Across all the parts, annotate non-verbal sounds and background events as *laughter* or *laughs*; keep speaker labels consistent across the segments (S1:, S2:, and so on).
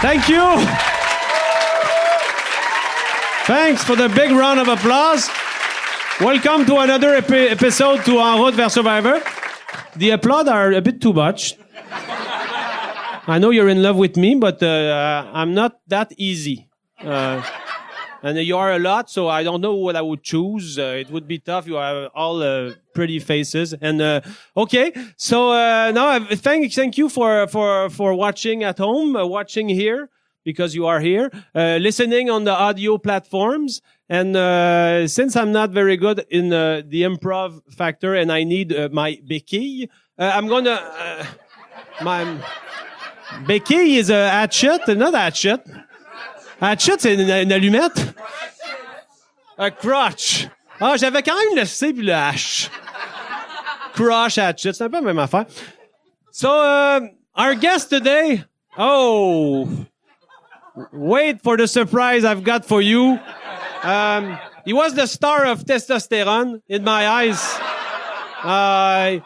S1: Thank you. Thanks for the big round of applause. Welcome to another epi- episode to En Route vers Survivor. The applause are a bit too much. I know you're in love with me, but uh, I'm not that easy. Uh, and you are a lot, so I don't know what I would choose. Uh, it would be tough. You are all uh, pretty faces, and uh, okay. So uh, now, I- thank thank you for for for watching at home, uh, watching here because you are here, uh, listening on the audio platforms. And uh, since I'm not very good in uh, the improv factor, and I need uh, my béquille, uh, I'm gonna uh, my béquille is a hatchet, not hatchet. Hatchet, c'est une, une allumette. Un crotch. Ah, j'avais quand même le C puis le H. Crush hatchet, c'est un peu la même affaire. So, uh, our guest today. Oh, wait for the surprise I've got for you. Um, he was the star of testosterone in my eyes. Uh,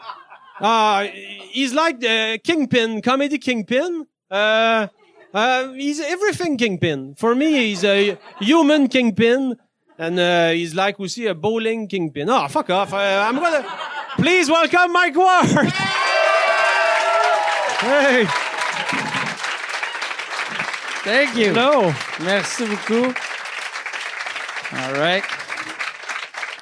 S1: uh, he's like the kingpin, comedy kingpin. Uh, uh, he's everything kingpin. For me, he's a human kingpin, and uh, he's like we see a bowling kingpin. Oh, fuck off! Uh, I'm gonna. Please welcome Mike Ward. hey,
S2: Thank you.
S1: hello.
S2: Merci beaucoup. All right.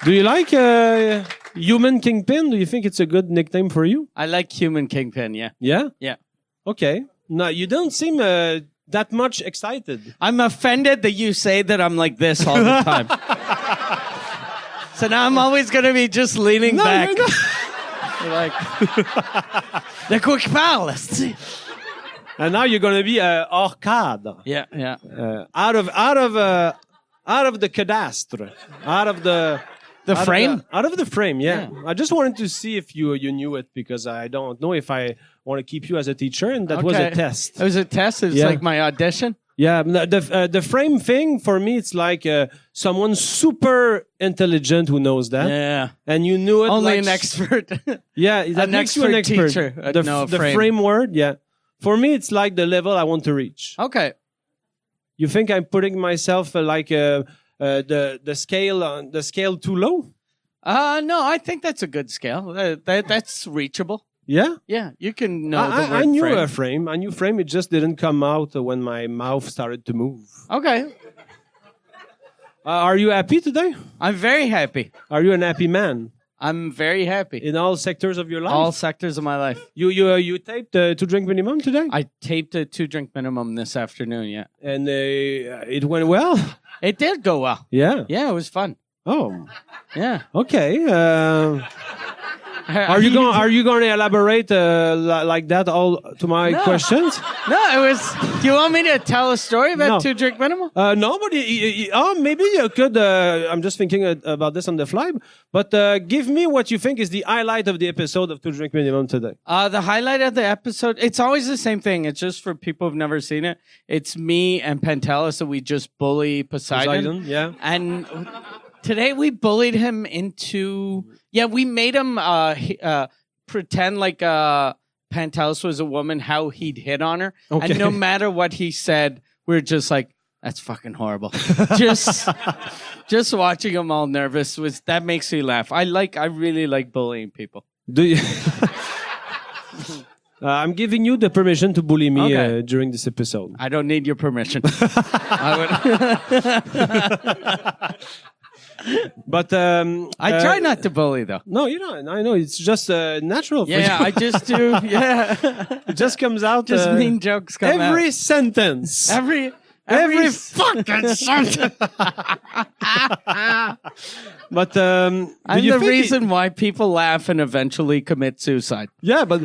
S1: Do you like uh, human kingpin? Do you think it's a good nickname for you?
S2: I like human kingpin, yeah.
S1: Yeah.
S2: Yeah.
S1: Okay. No, you don't seem uh, that much excited.
S2: I'm offended that you say that I'm like this all *laughs* the time. so now I'm always going to be just leaning back.
S1: you're not.
S2: Like, de quoi qu'il parle, esti?
S1: And now you're gonna be uh, hors cadre.
S2: Yeah, yeah.
S1: uh, out of out of uh, out of the cadastre, out of the
S2: The
S1: out of
S2: frame?
S1: the- out of the frame. Yeah.
S2: Yeah.
S1: I just wanted to see if you you knew it because I don't know if I want to keep you as a teacher, and that was a
S2: Okay.
S1: test.
S2: It was a test. It's
S1: Yeah.
S2: like my audition.
S1: Yeah, no, the uh, the frame thing for me, it's like uh, someone super intelligent who knows that,
S2: Yeah.
S1: and you knew it.
S2: Only
S1: like,
S2: an expert. *laughs*
S1: Yeah, that
S2: an
S1: makes you an
S2: expert
S1: expert.
S2: teacher, uh,
S1: The,
S2: no,
S1: the
S2: frame.
S1: word, yeah. For me, it's like the level I want to reach.
S2: okay.
S1: You think I'm putting myself uh, like uh, uh, the the scale on the scale too low?
S2: Uh, no, I think that's a good scale. That, that, that's reachable.
S1: Yeah,
S2: Yeah, you can know
S1: I,
S2: the
S1: I,
S2: word
S1: I knew
S2: frame.
S1: a frame. I knew frame. It just didn't come out uh, when my mouth started to move.
S2: Okay.
S1: Uh, are you happy today?
S2: I'm very happy.
S1: Are you an happy man
S2: I'm very happy.
S1: in all sectors of your life?
S2: All sectors of my life.
S1: You you uh, you taped uh, to drink minimum today,
S2: I taped a two drink minimum this afternoon. Yeah.
S1: and uh, it went well.
S2: It did go well.
S1: Yeah.
S2: Yeah, it was fun.
S1: Oh.
S2: *laughs* Yeah.
S1: Okay. Uh, are
S2: *laughs*
S1: you going? Are you going to elaborate uh, li- like that all to my
S2: No.
S1: questions?
S2: No, it was. Do you want me to tell a story about
S1: No.
S2: two drink minimum?
S1: Uh, nobody. Oh, maybe you could. Uh, I'm just thinking uh, about this on the fly, but uh, give me what you think is the highlight of the episode of Two Drink Minimum today.
S2: Uh, the highlight of the episode. It's always the same thing. It's just for people who've never seen it. It's me and Pantelis, so we just bully Poseidon.
S1: Poseidon, yeah.
S2: and today we bullied him into yeah we made him uh, he- uh pretend like uh Pantelis was a woman how he'd hit on her
S1: Okay.
S2: and no matter what he said we are just like that's fucking horrible *laughs* just just watching him all nervous was that makes me laugh i like i really like bullying people
S1: Do
S2: *laughs*
S1: you? Uh, I'm giving you the permission to bully me
S2: Okay.
S1: uh, during this episode.
S2: i don't need your permission i would
S1: But um,
S2: i
S1: uh,
S2: try not to bully *laughs* though
S1: No, you know, I know it's just uh, natural. For
S2: yeah
S1: you.
S2: i just do *laughs* yeah
S1: it *laughs* just comes out.
S2: just
S1: uh,
S2: mean jokes come out.
S1: every sentence.
S2: Every
S1: Every
S2: *laughs* fucking sentence.
S1: but um, do
S2: I'm
S1: you
S2: the
S1: think he-
S2: reason why people laugh and eventually commit suicide.
S1: yeah, but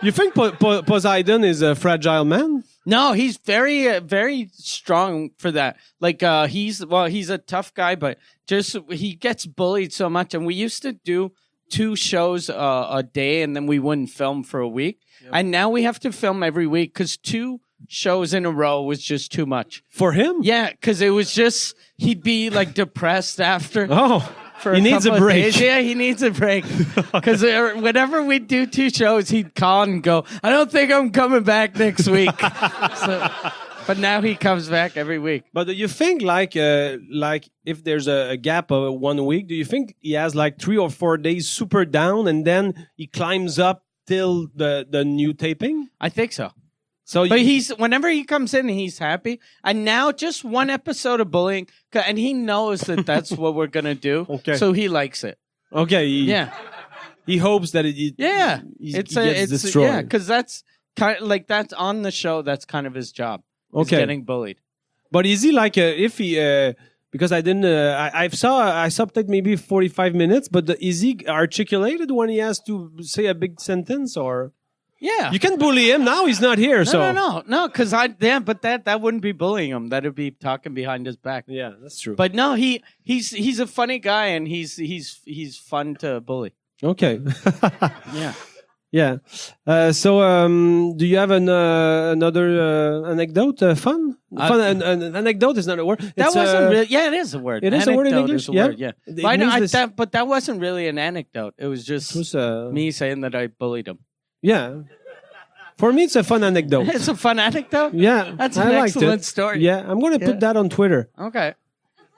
S1: you think po- po- Poseidon is a fragile man?
S2: No, he's very, uh, very strong for that. Like, uh, he's well, he's a tough guy, but just he gets bullied so much. And we used to do two shows uh, a day, and then we wouldn't film for a week. And now we have to film every week because two shows in a row was just too much.
S1: For him?
S2: Yeah, because it was just he'd be like depressed after.
S1: Oh,
S2: for
S1: he needs a
S2: couple of
S1: break.
S2: days. Yeah, he needs a break. Because whenever we do
S1: *laughs*
S2: two shows, he'd call and go, I don't think I'm coming back next week. so But now he comes back every week.
S1: But do you think like uh, like if there's a, a gap of one week, do you think he has like three or four days super down and then he climbs up till the the new taping?
S2: I think so.
S1: So
S2: But
S1: you,
S2: he's whenever he comes in, he's happy. And now just one episode of bullying, and he knows that that's what we're gonna do.
S1: *laughs* Okay.
S2: So he likes it.
S1: okay, he,
S2: Yeah,
S1: he hopes that it, it-
S2: yeah.
S1: he,
S2: it's
S1: he
S2: a,
S1: gets
S2: it's
S1: destroyed.
S2: yeah, because that's kind like that's on the show. That's kind of his job. is
S1: okay,
S2: getting bullied.
S1: but is he like uh, if he? Uh, because I didn't, uh, I, I saw I subtitled maybe forty five minutes. But the, is he articulated when he has to say a big sentence, or
S2: Yeah.
S1: you can bully him now? He's not here,
S2: no,
S1: so
S2: no, no, no, because I yeah, but that that wouldn't be bullying him. That'd be talking behind his back.
S1: yeah, that's true.
S2: But no, he he's he's a funny guy and he's he's he's fun to bully. *laughs*
S1: okay.
S2: Yeah.
S1: Yeah. Uh, so, um, do you have an uh, another uh, anecdote? Uh, fun?
S2: Uh,
S1: fun? An, an anecdote is not a word.
S2: That
S1: It's,
S2: wasn't
S1: uh,
S2: really yeah, it is a word.
S1: It is a word in
S2: Anecdote
S1: English?
S2: is a
S1: Yeah.
S2: word, yeah.
S1: it
S2: But I, know-
S1: means
S2: I,
S1: this-
S2: that, but that wasn't really an anecdote. It was
S1: it
S2: just
S1: was, uh,
S2: me saying that I bullied him. *laughs*
S1: Yeah. For me, it's a fun anecdote.
S2: it's a fun anecdote.
S1: yeah,
S2: That's
S1: I
S2: an
S1: liked
S2: excellent
S1: it.
S2: story.
S1: Yeah, I'm gonna
S2: Yeah.
S1: put that on Twitter,
S2: Okay.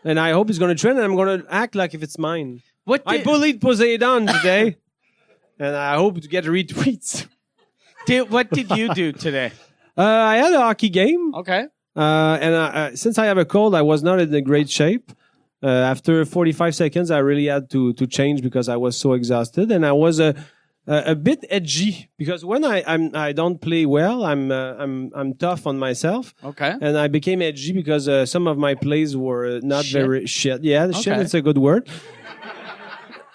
S1: and I hope it's gonna trend. And I'm gonna act like if it's mine.
S2: What
S1: I
S2: did,
S1: bullied Poseidon today, and I hope to get retweets. *laughs*
S2: did what did you do today?
S1: Uh, I had a hockey game.
S2: Okay.
S1: Uh, and I, uh, since I have a cold, I was not in a great shape. Uh, after 45 seconds, I really had to to change because I was so exhausted, and I was a a, a bit edgy because when I I'm, I don't play well, I'm uh, I'm I'm tough on myself,
S2: Okay.
S1: and I became edgy because uh, some of my plays were uh, not
S2: Shit.
S1: very shit. Yeah, shit
S2: Okay.
S1: is a good word.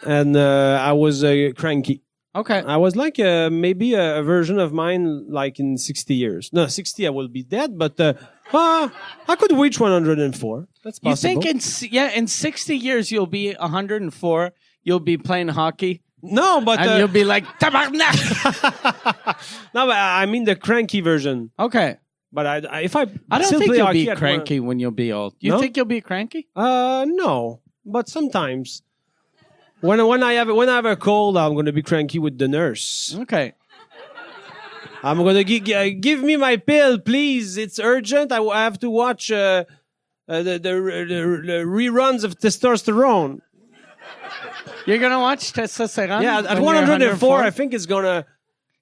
S1: and uh, I was uh, cranky.
S2: Okay.
S1: I was like uh, maybe a, a version of mine like in 60 years. No, 60 I will be dead, but uh, uh, I could reach 104. That's
S2: You
S1: possible.
S2: think in s- yeah in sixty years you'll be hundred and four. You'll be playing hockey
S1: no, but
S2: and
S1: uh,
S2: you'll be like tabarnak.
S1: no, but I I mean the cranky version.
S2: *laughs* okay,
S1: But I, I- if I
S2: I don't
S1: still
S2: think
S1: play
S2: you'll
S1: hockey
S2: be
S1: at
S2: cranky when you'll be old. You
S1: No?
S2: think you'll be cranky?
S1: one- uh, no, but sometimes when when I have when I have a cold, I'm gonna be cranky with the nurse.
S2: Okay,
S1: I'm gonna gi- gi- uh, give me my pill, please. It's urgent. I, w- I have to watch uh, uh, the, the, the, the reruns of testosterone.
S2: you're gonna watch testosterone.
S1: Yeah, at, at
S2: when you're
S1: 104, I uh,
S2: 104?
S1: think it's gonna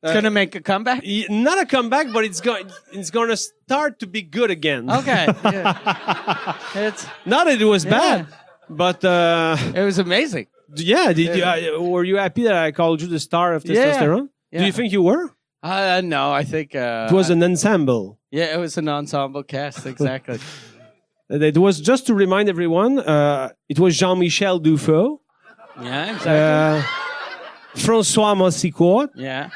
S2: it's gonna make a comeback.
S1: y- not a comeback, but it's going it's gonna start to be good again.
S2: Okay, yeah. it's
S1: not that it was
S2: Yeah.
S1: bad, but uh,
S2: it was amazing.
S1: yeah. Did You, uh, were you happy that I called you the star of
S2: Yeah.
S1: testosterone? Do
S2: Yeah.
S1: you think you were?
S2: Uh, no, I think uh,
S1: It was an ensemble.
S2: yeah, it was an ensemble
S1: *laughs*
S2: cast exactly.
S1: And It was just to remind everyone. Uh, it was Jean-Michel Dufaux,
S2: yeah, exactly.
S1: uh, François Massicourt,
S2: yeah,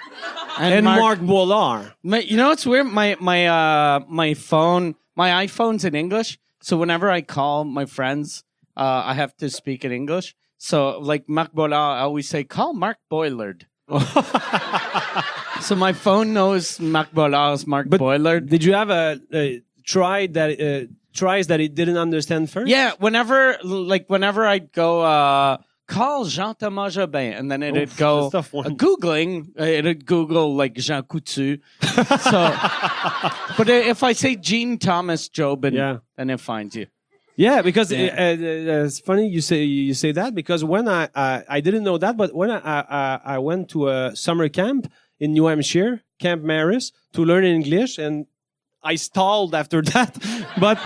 S1: and Marc Bollard.
S2: My, you know what's weird? My my uh my phone, my iPhone's in English, so whenever I call my friends, uh, I have to speak in English. So like Mark Bollard, I always say call Mark Boilard. so my phone knows Mark Bollard's Mark
S1: But-
S2: Boilard.
S1: Did you have a, a try that uh, tries that it didn't understand first?
S2: Yeah, whenever like whenever I'd go uh call Jean Thomas Jobin and then it'd
S1: Oof,
S2: go
S1: that's a tough one.
S2: uh, googling uh, it'd google like Jean
S1: *laughs*
S2: Coutu. so but i- if I say Jean Thomas Jobin
S1: Yeah.
S2: then it finds you.
S1: Yeah, because
S2: Yeah.
S1: uh, uh, it's funny you say you say that because when I I, I didn't know that, but when I, I I went to a summer camp in New Hampshire, Camp Maris, to learn English, and I stalled after *laughs* that. but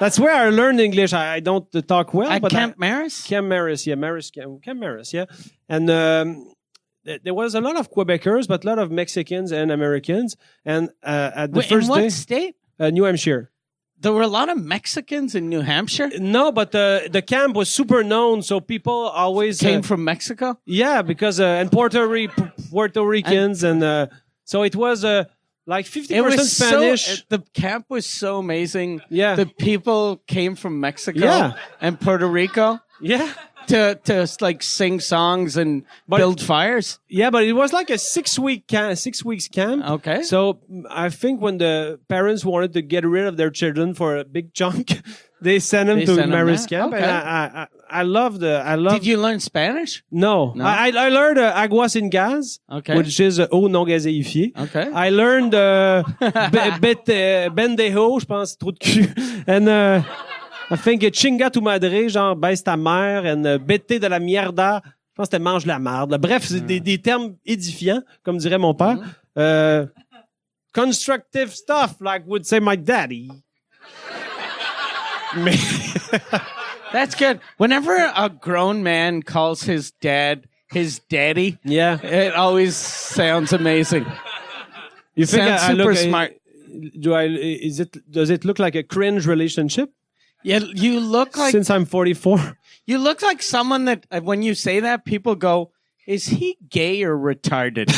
S1: that's where I learned English. I, I don't uh, talk well,
S2: At
S1: but I-
S2: Camp Maris?
S1: Camp Maris, yeah, Maris, Camp, Camp Maris, yeah, and. Um, th- there was a lot of Quebecers, but a lot of Mexicans and Americans. And uh, at the
S2: Wait, in
S1: first
S2: what
S1: day,
S2: state?
S1: uh, New Hampshire.
S2: There were a lot of Mexicans in New Hampshire.
S1: No, but the the camp was super known, so people always uh,
S2: Came from Mexico?
S1: yeah because uh, and Puerto Ri- P- Puerto Ricans and, uh, so it was uh, like fifty
S2: It
S1: percent
S2: was
S1: Spanish.
S2: so the camp was so amazing.
S1: Yeah.
S2: The people came from Mexico
S1: Yeah.
S2: and Puerto Rico.
S1: yeah, *laughs*
S2: to to like sing songs and
S1: But-
S2: build fires.
S1: Yeah, but it was like a six week camp, six weeks camp.
S2: Okay.
S1: So mm, I think when the parents wanted to get rid of their children for a big chunk, *laughs* they sent them
S2: They
S1: to
S2: sent 'em
S1: Maris
S2: there?
S1: camp. And
S2: Okay.
S1: I, I, I I love the I love
S2: Did you learn Spanish?
S1: no.
S2: No?
S1: I I I learned uh, agua sin gas,
S2: Okay.
S1: which is uh, eau non gazéifiée.
S2: Okay.
S1: I learned uh, be- bet- uh, bendejo, je pense trou de cul, and uh, I think uh, chinga tu madre, genre baisse ta mère, and uh, bete de la mierda. Je pense que c'était mange la merde. là. Bref, c'est des, des termes édifiants, comme dirait mon père. Euh, constructive stuff, like would say my daddy. Mais
S2: That's good. Whenever a grown man calls his dad his daddy,
S1: yeah,
S2: it always sounds amazing.
S1: you think
S2: Sounds
S1: I, I
S2: super
S1: look
S2: smart.
S1: Do I? Is it? Does it look like a cringe relationship?
S2: Yeah, you look like
S1: Since I'm 44.
S2: you look like someone that uh, when you say that people go, "Is he gay
S1: *laughs*
S2: or retarded?"
S1: *laughs*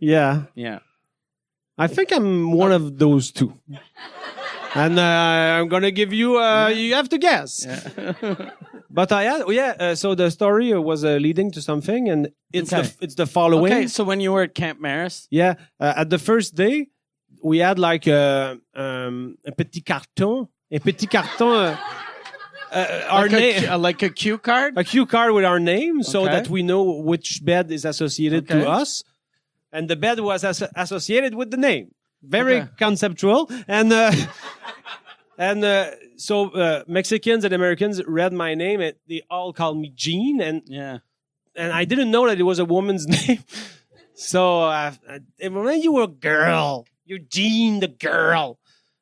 S1: Yeah.
S2: yeah.
S1: I think I'm one of those two. And uh, I'm gonna give you. Uh, you have to guess. *laughs* but I had, yeah. Uh, so the story was uh, leading to something, and it's
S2: Okay.
S1: the it's the following.
S2: Okay, so when you were at Camp Maris,
S1: Yeah. Uh, at the first day, we had like a um, a petit carton, a petit carton. Uh, uh, our
S2: like a,
S1: name.
S2: cu- uh, like a cue card.
S1: a cue card with our name so
S2: Okay.
S1: that we know which bed is associated
S2: Okay.
S1: to us. And the bed was as- associated with the name. Very
S2: Okay.
S1: conceptual. And, uh, *laughs* and, uh, so, uh, Mexicans and Americans read my name and they all called me Jean. And,
S2: yeah.
S1: and I didn't know that it was a woman's *laughs* name. So, uh, I- when you were a girl, you're Jean the girl.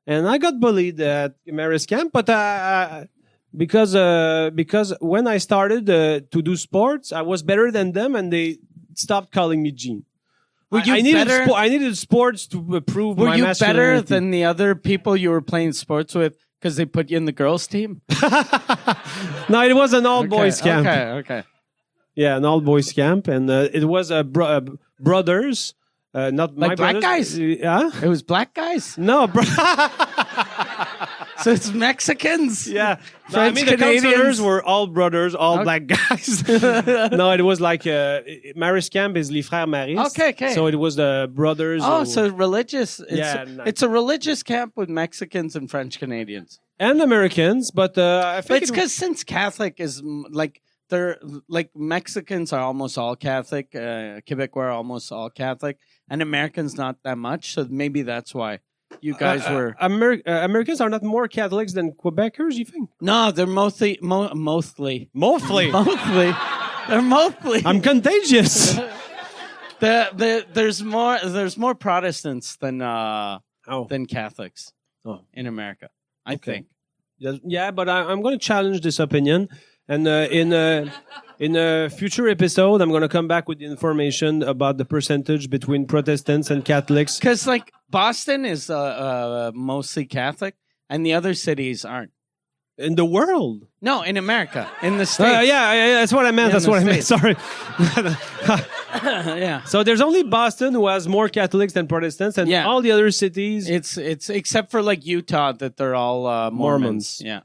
S1: And I got bullied at Maris Camp, but, uh, because uh, because when I started uh, to do sports, I was better than them, and they stopped calling me Gene.
S2: Were
S1: I-
S2: you
S1: I, needed
S2: better-
S1: spo- I needed sports to prove
S2: Were
S1: my
S2: you better
S1: masculinity.
S2: than the other people you were playing sports with because they put you in the girls' team?
S1: no, it was an all *laughs* boys
S2: boys
S1: camp.
S2: Okay, okay.
S1: Yeah, an all boys camp, and uh, it was uh, bro- uh, brothers, uh, not my
S2: Like black
S1: brothers.
S2: guys?
S1: Uh, Yeah,
S2: It was
S1: *laughs*
S2: black guys.
S1: no, bro-
S2: So it's Mexicans.
S1: yeah. *laughs* No, I
S2: French
S1: mean, the
S2: Canadians.
S1: counselors were all brothers, all
S2: Okay.
S1: black guys. *laughs* no, it was like uh, Maris Camp is Les Frères Maris.
S2: Okay, okay.
S1: So it was the brothers.
S2: Oh,
S1: who-
S2: so religious. It's,
S1: Yeah, no.
S2: it's a religious camp with Mexicans and French Canadians.
S1: and Americans, but uh, I think
S2: It's
S1: it-
S2: because since Catholic is mm, like they're like Mexicans are almost all Catholic, uh, Quebec were almost all Catholic, and Americans not that much. So maybe that's why you guys
S1: uh,
S2: were.
S1: Ameri- uh, Americans are not more Catholics than Quebecers. You think?
S2: No, they're mostly, mo- mostly,
S1: Mostly,
S2: mostly. They're mostly.
S1: *laughs* I'm *laughs* contagious.
S2: the, the, there's more. There's more Protestants than uh,
S1: oh,
S2: than Catholics
S1: Oh.
S2: in America. I
S1: Okay.
S2: think.
S1: yeah, but I, I'm going to challenge this opinion, and uh, in a in a future episode, I'm going to come back with the information about the percentage between Protestants and Catholics.
S2: Because like Boston is uh, uh, mostly Catholic, and the other cities aren't.
S1: in the world.
S2: No, in America, in the
S1: Uh,
S2: states.
S1: yeah, yeah, yeah, that's what I meant.
S2: In
S1: that's
S2: the
S1: what
S2: States.
S1: I meant. Sorry.
S2: yeah, *laughs* yeah.
S1: *laughs* so there's only Boston who has more Catholics than Protestants, and
S2: Yeah.
S1: all the other cities.
S2: It's it's except for like Utah that they're all uh, Mormons.
S1: Mormons.
S2: Yeah,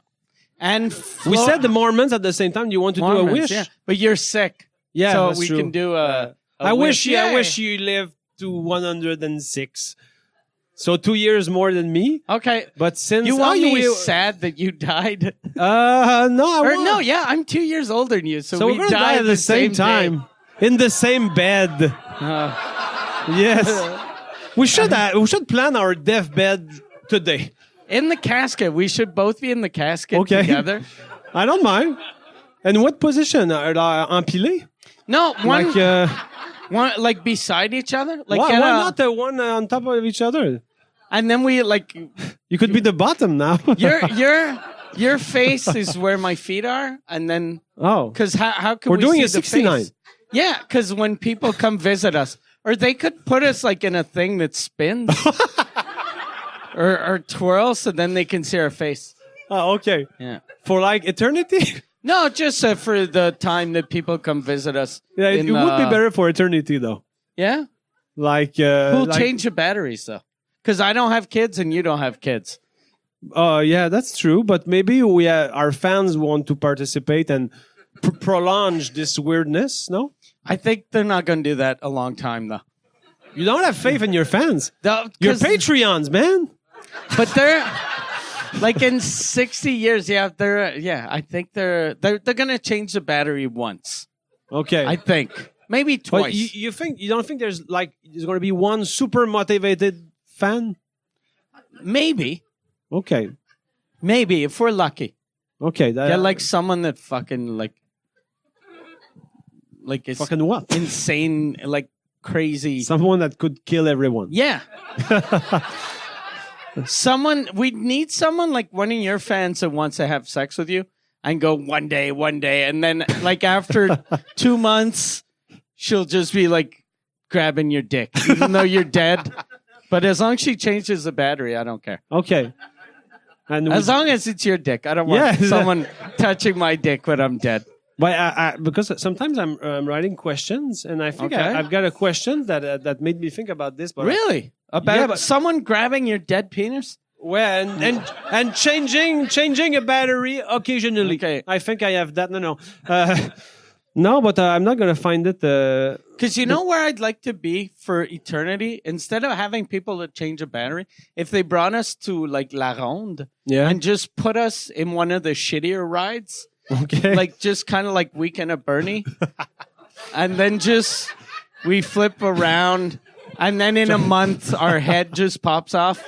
S2: and
S1: we
S2: Flo-
S1: said the Mormons at the same time. You want to do
S2: Mormons,
S1: a wish?
S2: yeah. but you're sick.
S1: Yeah,
S2: so
S1: that's
S2: we
S1: true.
S2: can do a. a
S1: I wish. Yeah, I
S2: Yay.
S1: wish you lived to 106. So two years more than me.
S2: Okay,
S1: But since
S2: you want
S1: oh,
S2: me sad that you died?
S1: Uh, no, I
S2: or
S1: won't.
S2: no, yeah, I'm two years older than you, so,
S1: So
S2: we
S1: we're gonna die at the same,
S2: day.
S1: time, in the same bed.
S2: Uh,
S1: Yes. we should. Uh, we should plan our deathbed today.
S2: in the casket, we should both be in the casket
S1: Okay. *laughs*
S2: together.
S1: I don't mind. And what position are uh, empilé?
S2: No, one
S1: Like, uh,
S2: One, like beside each other, like
S1: why,
S2: get
S1: why
S2: a-
S1: not the one uh, on top of each other?
S2: and then we
S1: *laughs*
S2: like
S1: You could be the bottom now.
S2: your your your face is where my feet are, and then
S1: *laughs* oh,
S2: because how how can
S1: We're
S2: we
S1: doing
S2: see
S1: a
S2: the
S1: 69.
S2: face? Yeah, because when people come visit us, or they could put us like in a thing that
S1: *laughs*
S2: spins or or twirls, so then they can see our face.
S1: oh, okay.
S2: Yeah.
S1: For like eternity, *laughs*
S2: No, just uh, for the time that people come visit us.
S1: yeah, it,
S2: in uh,
S1: it would be
S2: the-
S1: better for eternity though.
S2: Yeah,
S1: Like, uh,
S2: we'll
S1: like-
S2: change the batteries though, because I don't have kids and you don't have kids.
S1: Uh, yeah, that's true. But maybe we uh, our fans want to participate and pr- prolong this weirdness. No,
S2: I think they're not going to do that a long time though.
S1: you don't have faith in your fans.
S2: The-
S1: Your
S2: 'cause-
S1: Patreons, man.
S2: but they're like in 60 years yeah they're yeah i think they're they're, they're gonna change the battery once
S1: Okay.
S2: i think maybe twice
S1: but you, you think you don't think there's like there's going to be one super motivated fan?
S2: maybe
S1: Okay.
S2: maybe if we're lucky
S1: Okay. That,
S2: yeah like someone that fucking like like is
S1: fucking what?
S2: insane like crazy
S1: Someone that could kill everyone. *laughs*
S2: yeah someone we need someone like one of your fans that wants to have sex with you and go one day one day and then
S1: *laughs*
S2: like after two months she'll just be like grabbing your dick even though you're dead but as long as she changes the battery i don't care
S1: Okay. And we-
S2: as long as it's your dick i don't want
S1: Yeah. *laughs*
S2: someone touching my dick when i'm dead
S1: But I, I, because sometimes I'm, I'm writing questions, and I think
S2: Okay.
S1: I, I've got a question that uh, that made me think about this. But
S2: really about
S1: Yeah, but-
S2: someone grabbing your dead penis
S1: well, and, and and changing changing a battery occasionally.
S2: Okay.
S1: I think I have that. No, no, uh, *laughs* no. But uh, I'm not gonna find it. Uh,
S2: Because you know where I'd like to be for eternity? Instead of having people to change a battery, if they brought us to like La Ronde
S1: yeah. *laughs*
S2: and just put us in one of the shittier rides,
S1: okay.
S2: like just kind of like Weekend at
S1: *laughs*
S2: Bernie, and then just we flip around, and then in a month, our head just pops off.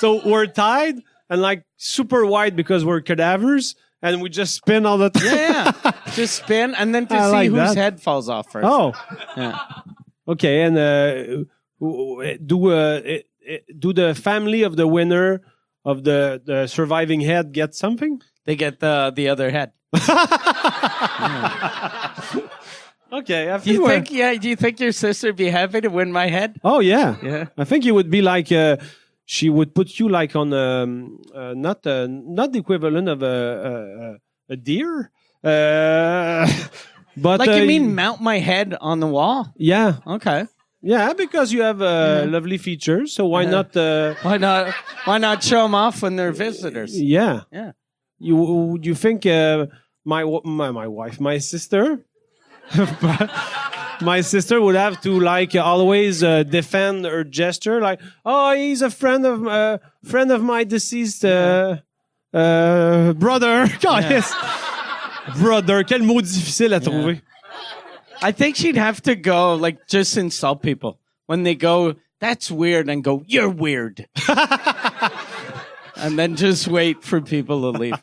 S1: so we're tied and like super wide because we're cadavers, and we just spin all the time.
S2: Yeah, just spin, and then to
S1: I
S2: see
S1: like
S2: whose
S1: that.
S2: head falls off first.
S1: *laughs* Oh.
S2: Yeah.
S1: Okay, and uh, who- who- do uh, eh, eh, do the family of the winner of the, the surviving head get something?
S2: They get the, the other head.
S1: Okay, I
S2: Do you
S1: we're-
S2: think, yeah, do you think your sister'd be happy to win my head?
S1: Oh yeah,
S2: Yeah.
S1: I think it would be like uh, she would put you like on um, uh, not uh, not the equivalent of a a, a deer, uh, *laughs* but
S2: Like
S1: uh,
S2: you mean mount my head on the wall?
S1: yeah,
S2: Okay.
S1: yeah, because you have uh, lovely features, so why
S2: Uh-huh.
S1: not? Uh,
S2: Why not? Why not show them off when they're visitors?
S1: Yeah.
S2: Yeah.
S1: You would you think uh, my wa- my my wife, my sister, *laughs* my sister would have to like always uh, defend her gesture, like oh he's a friend of uh, friend of my deceased uh, uh, brother. *laughs* God, yes. Brother, quel mot difficile à trouver.
S2: I think she'd have to go like just insult people when they go. That's weird, and go. You're weird. and then just wait for people to leave.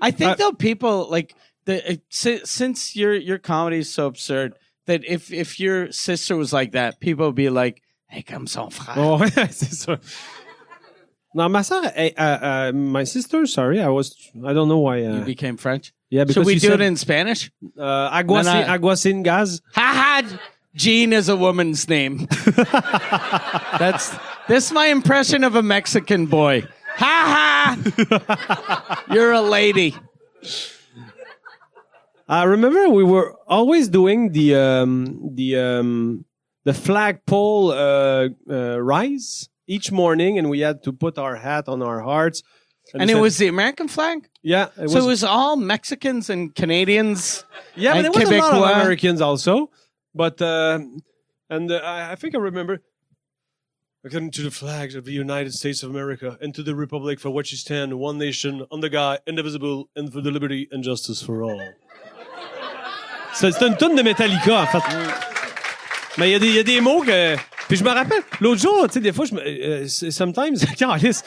S2: I think though people like the it, si- since your your comedy is so absurd that if if your sister was like that, people would be like, "Hey, come son
S1: *laughs*
S2: frère."
S1: Oh, ouais, c'est ça. Non, ma soeur, eh, uh, uh, my sister, sorry, I was, I don't know why.
S2: You
S1: Uh,
S2: became French.
S1: yeah, because
S2: Should we
S1: she
S2: do
S1: said,
S2: it in Spanish?
S1: uh, agua,
S2: No, no.
S1: sin, agua sin gas.
S2: Ha ha! Jean is a
S1: *laughs*
S2: woman's name. That's this my impression of a Mexican boy. Ha ha! You're a lady.
S1: I Uh, remember we were always doing the um, the um, the flagpole uh, uh, rise each morning, and we had to put our hat on our hearts.
S2: And
S1: we
S2: it
S1: said-
S2: was the American flag.
S1: yeah, it was,
S2: so it was all Mexicans and Canadians.
S1: yeah, but
S2: and
S1: it was a lot of
S2: Quebecois.
S1: Americans also. But um and uh, I, I think I remember. According to the flags of the United States of America and to the Republic for which you stand, one nation, under God, indivisible, and for the liberty and justice for all.
S2: *laughs*
S1: C'est c'est une tonne de Metallica, en fait. Mais il y a des- il y, a des mots que. Puis je me rappelle, l'autre jour, tu sais, des fois, je me. euh, s- sometimes, *laughs* Carlis.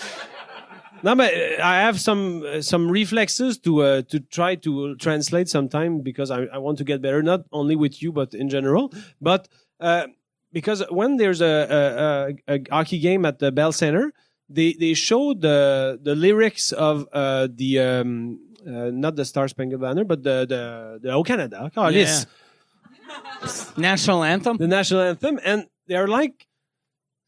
S1: Non, mais euh, I have some uh, some reflexes to uh, to try to translate sometime because I, I want to get better, not only with you but in general. But uh, because when there's a, a, a, a hockey game at the Bell Center, they they show the the lyrics of uh, the um, uh, not the Star Spangled Banner, but the the the O Canada, Carlis
S2: National anthem.
S1: the national anthem, and they are like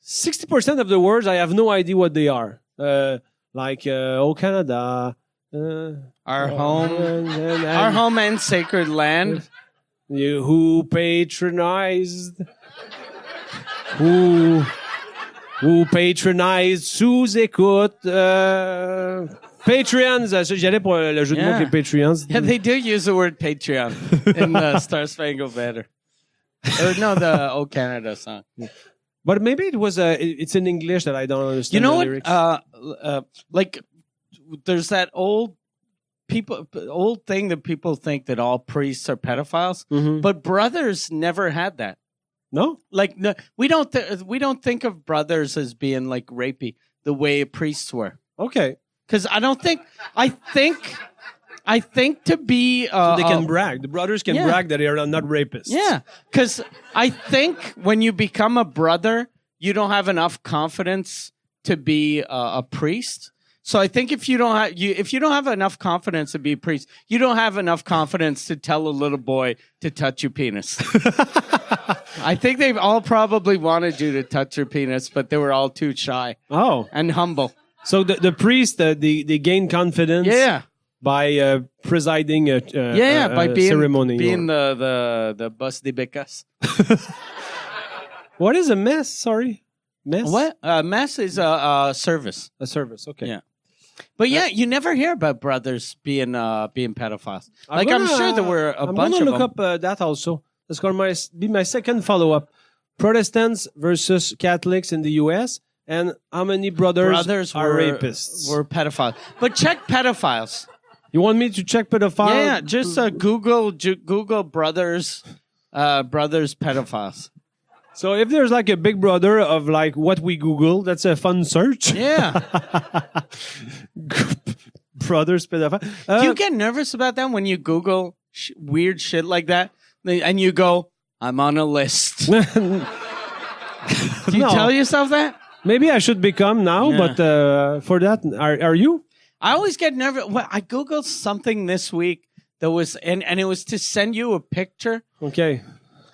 S1: sixty percent of the words. I have no idea what they are. Uh, like uh, "Oh Canada," uh,
S2: Our home.
S1: and- and-
S2: Our
S1: and
S2: home and sacred land.
S1: you who patronized, who ou Patronize, sous-écoute, euh, Patreons. euh, J'y allais pour le jeu de mots
S2: Yeah.
S1: avec les Patreons.
S2: Yeah, they do use the word Patreon in the Star Spangled Banner. or
S1: *laughs*
S2: no, the Oh Canada song.
S1: But maybe it was uh, it- it's in English that I don't understand
S2: You know
S1: the
S2: what?
S1: lyrics.
S2: Uh, uh, like, there's that old people old thing that people think that all priests are pedophiles,
S1: Mhm.
S2: but brothers never had that.
S1: No?
S2: Like, no, we don't th- we don't think of brothers as being like rapey the way priests were.
S1: Okay.
S2: Because I don't think I think I think to be uh,
S1: they can
S2: a-
S1: brag. The brothers can
S2: Yeah.
S1: brag that they are not rapists.
S2: Yeah, because I think when you become a brother, you don't have enough confidence to be uh, a priest. So I think if you don't have you if you don't have enough confidence to be a priest, you don't have enough confidence to tell a little boy to touch your
S1: *laughs*
S2: penis. I think they've all probably wanted you to touch your penis, but they were all too shy
S1: Oh.
S2: and humble.
S1: So the, the priest, uh, they, they gain confidence
S2: Yeah,
S1: by uh, presiding a, a,
S2: yeah, yeah,
S1: a-
S2: by
S1: a
S2: being
S1: uh, ceremony.
S2: being
S1: or-
S2: the the the bus de becas.
S1: What is a mess? Sorry. Mess?
S2: What uh, mass is a uh, service.
S1: A service. Okay.
S2: Yeah. But yeah, you never hear about brothers being uh being pedophiles.
S1: I'm
S2: like I'm
S1: gonna-
S2: sure there were a
S1: I'm
S2: bunch
S1: gonna
S2: of
S1: look up
S2: them.
S1: uh, that also. That's going to be my second follow up. Protestants versus Catholics in the U.S. and how many brothers,
S2: brothers
S1: are
S2: were
S1: rapists?
S2: were pedophiles. But check pedophiles.
S1: You want me to check pedophile?
S2: yeah, yeah, just uh, Google ju- Google brothers uh brothers pedophiles.
S1: So if there's like a big brother of like what we Google, that's a fun search. *laughs*
S2: Yeah.
S1: Brothers pedophile. Uh,
S2: Do you get nervous about that when you Google sh- weird shit like that and you go, "I'm on a
S1: *laughs*
S2: list." Do you
S1: No.
S2: tell yourself that?
S1: Maybe I should become now,
S2: Yeah.
S1: but uh, for that, are, are you?
S2: I always get nervous. Well, I googled something this week that was, and, and it was to send you a picture.
S1: Okay.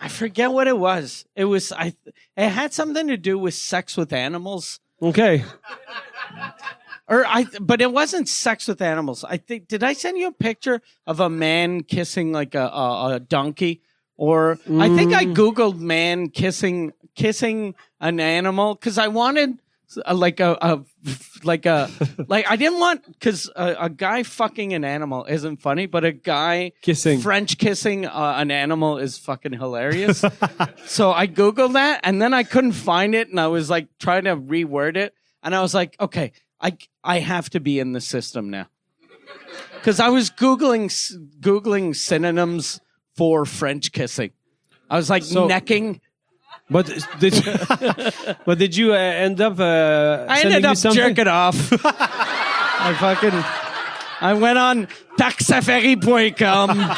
S2: I forget what it was. It was I. It had something to do with sex with animals,
S1: Okay.
S2: or I. But it wasn't sex with animals. I think. Did I send you a picture of a man kissing like a a, a donkey? Or I think I googled man kissing kissing an animal because I wanted uh, like a, a like a like I didn't want because a, a guy fucking an animal isn't funny, but a guy
S1: Kissing.
S2: French kissing uh, an animal is fucking hilarious. so I googled that, and then I couldn't find it, and I was like trying to reword it, and I was like, okay, I I have to be in the system now, because I was googling s- googling synonyms for French kissing. I was like
S1: So-
S2: necking.
S1: But *laughs* did you, but did you uh, end up? Uh,
S2: I
S1: sending
S2: ended
S1: me
S2: up
S1: something?
S2: jerking off. I fucking. I went on taxaferi.com.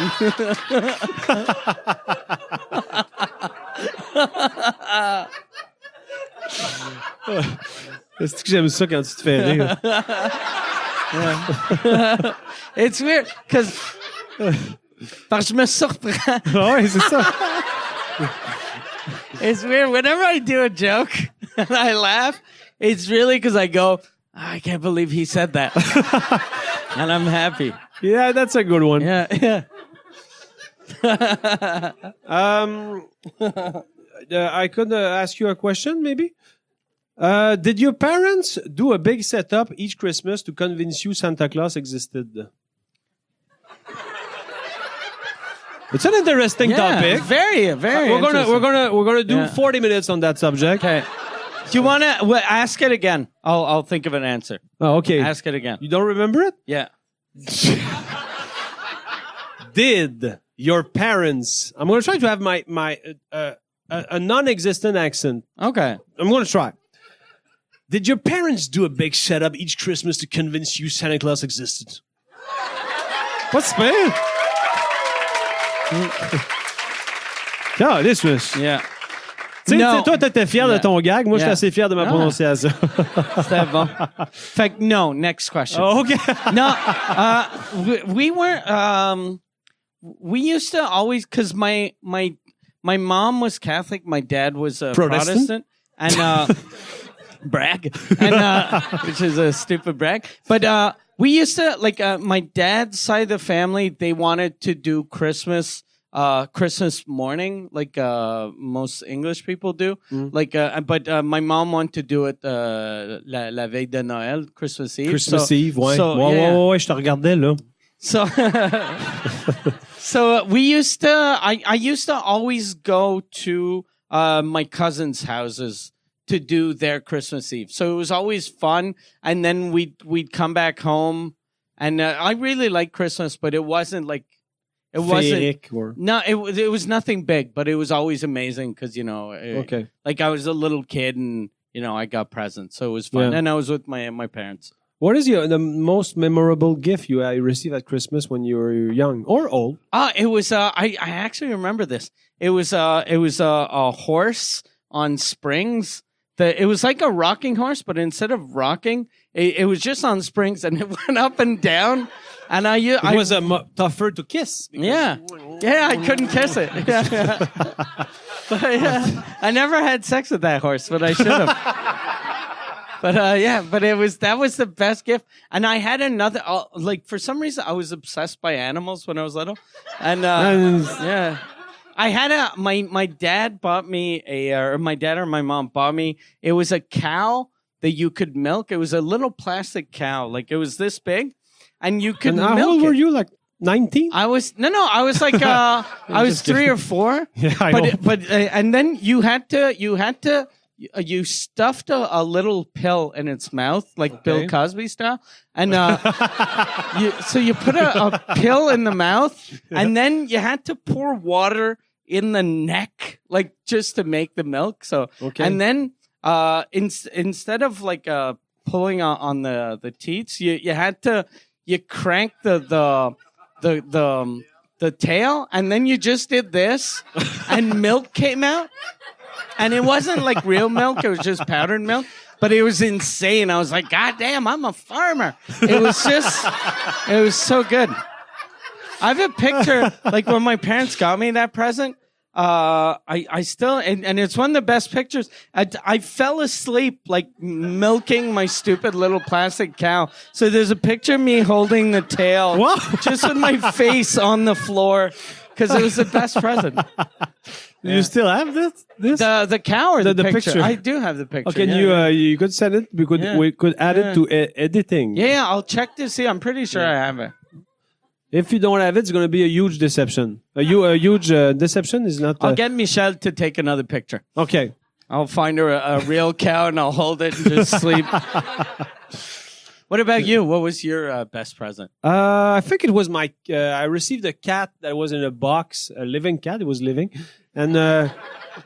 S2: *laughs* fucking.
S1: Est-ce que j'aime ça quand tu te fais *laughs* rire?
S2: It's weird because
S1: *laughs*
S2: parce que je me surprends.
S1: Ah ouais, c'est ça.
S2: It's weird whenever I do a joke *laughs* and I laugh. It's really because I go, "Ah, I can't believe he said *laughs* that, and I'm happy.
S1: Yeah, that's a good one.
S2: Yeah, yeah.
S1: Um, uh, I could uh, ask you a question, maybe. Uh, did your parents do a big setup each Christmas to convince you Santa Claus existed? *laughs* It's an interesting
S2: yeah.
S1: topic.
S2: Very, very.
S1: We're gonna we're gonna we're gonna do
S2: Yeah.
S1: 40 minutes on that subject.
S2: Okay. Do you want to well, ask it again? I'll I'll think of an answer.
S1: Oh, okay.
S2: Ask it again.
S1: You don't remember it?
S2: Yeah.
S1: did your parents i'm going to try to have my my uh, uh, a a non-existent accent
S2: Okay.
S1: i'm going to try did your parents do a big setup each christmas to convince you santa claus existed what's *laughs* man Ah, this was. Tu
S2: *laughs* Yeah.
S1: sais,
S2: No.
S1: tu sais, toi, t'étais fier de ton gag. Moi, je
S2: Yeah.
S1: suis assez fier de ma
S2: Ah.
S1: prononciation. *laughs*
S2: C'était bon. Fait que no. Next question.
S1: Oh, OK. *laughs*
S2: no, uh, we, we weren't. Um, we used to always because my my my mom was Catholic, my dad was a
S1: Protestant?
S2: Protestant, and uh, brag, and uh, *laughs* which is a stupid brag. But uh, we used to like uh, my dad's side of the family. They wanted to do Christmas uh, Christmas morning, like uh, most English people do.
S1: Mm-hmm.
S2: Like, uh, but uh, my mom wanted to do it uh, la, la veille de Noël, Christmas Eve.
S1: Christmas
S2: so,
S1: Eve, ouais.
S2: so,
S1: ouais,
S2: yeah, yeah.
S1: ouais, ouais, ouais, je te regardais, là.
S2: So, *laughs* so uh, we used to. I I used to always go to uh, my cousins' houses to do their Christmas Eve. So it was always fun, and then we would we'd come back home, and uh, I really liked Christmas, but it wasn't like it wasn't.
S1: Féerique, ouais.
S2: No, it was it was nothing big, but it was always amazing because you know, it-
S1: OK.
S2: like I was a little kid and you know I got presents, so it was fun,
S1: Yeah.
S2: and I was with my my parents.
S1: What is your, the most memorable gift you uh, received at Christmas when you were young or old?
S2: Uh, it was uh, I, I actually remember this. It was uh, it was uh, a horse on springs. The, it was like a rocking horse, but instead of rocking, it, it was just on springs and *laughs* it went up and down. And I, u- I
S1: a mo- tougher to kiss.
S2: yeah, yeah, I couldn't kiss it. *laughs* Yeah. but yeah, I never had sex with that horse, but I should have. but uh, yeah, but it was that was the best gift, and I had another. Uh, like for some reason, I was obsessed by animals when I was little, and uh,
S1: And
S2: yeah. I had a my my dad bought me a or my dad or my mom bought me it was a cow that you could milk. It was a little plastic cow, like it was this big, and you could
S1: and
S2: milk
S1: how old
S2: it.
S1: were you? Like 19?
S2: I *laughs* was no, no. I was
S1: *laughs*
S2: like, uh, I was
S1: Just
S2: three
S1: kidding.
S2: or four.
S1: Yeah, I
S2: but
S1: know.
S2: *laughs* but uh, and then you had to, you had to, uh, you stuffed a, a little pill in its mouth, like Bill Cosby style, and uh, you, so you put a, a pill in the mouth, and then you had to pour water in the neck, like just to make the milk. So
S1: Okay.
S2: and then uh, in, instead of like uh, pulling on, on the the teats, you you had to you crank the the the the um, the tail, and then you just did this, and milk came out, and it wasn't like real milk; it was just powdered milk. But it was insane. I was like, God damn, I'm a farmer. It was just, it was so good. I have a picture, like when my parents got me that present. Uh, I, I still, and, and it's one of the best pictures. I, I fell asleep, like milking my stupid little plastic cow. So there's a picture of me holding the tail,
S1: Whoa.
S2: just with my face on the floor, because it was the best present.
S1: Do you still have this? this?
S2: The the cow or the,
S1: the
S2: picture?
S1: picture.
S2: I do have the picture.
S1: Can
S2: yeah,
S1: you
S2: yeah.
S1: uh, you could send it? We could
S2: Yeah.
S1: we could add it to e- editing.
S2: yeah, yeah, I'll check to see. I'm pretty sure I have it.
S1: If you don't have it, it's going to be a huge deception. A, you, a huge uh, deception is not.
S2: I'll
S1: uh,
S2: get Michelle to take another picture.
S1: okay.
S2: I'll find her a, a real cow and I'll hold it and just sleep. *laughs* what about you? What was your uh, best present?
S1: Uh, I think it was my. Uh, I received a cat that was in a box, a living cat. It was living, and uh,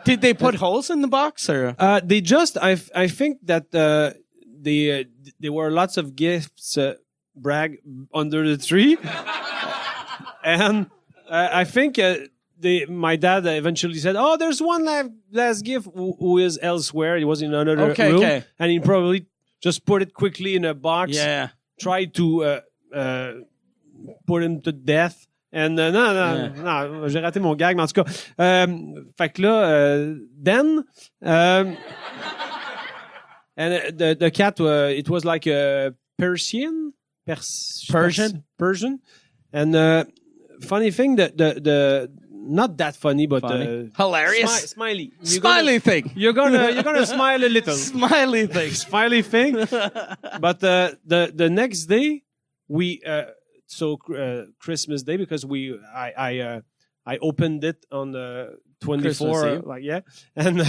S2: Did they put holes in the box or?
S1: uh, they just. I I think that uh, they uh, there were lots of gifts uh, brag under the tree, *laughs* and uh, I think. Uh, they, my dad eventually said, "Oh, there's one la- last gift who, who is elsewhere. It was in another
S2: Okay,
S1: room,
S2: okay.
S1: and he probably just put it quickly in a box
S2: Yeah.
S1: tried to uh, uh, put him to death. And euh, non, non, non, j'ai raté mon gag, mais en tout cas. Euh, fait que là, euh, then, um, and uh, the, the cat, uh, it was like a Persian? Pers-
S2: Persian.
S1: Persian. And uh, funny thing, the, the, the, not that funny, but
S2: Funny.
S1: Uh,
S2: Hilarious.
S1: smi- smiley. You're gonna-
S2: Smiley thing.
S1: You're gonna, you're gonna smile a little
S2: *laughs* Smiley thing.
S1: smiley thing. but uh, the the next day, we uh, so uh, Christmas day because we I I uh, I opened it on the twenty
S2: Christmas
S1: four
S2: Eve.
S1: like yeah and *laughs* uh,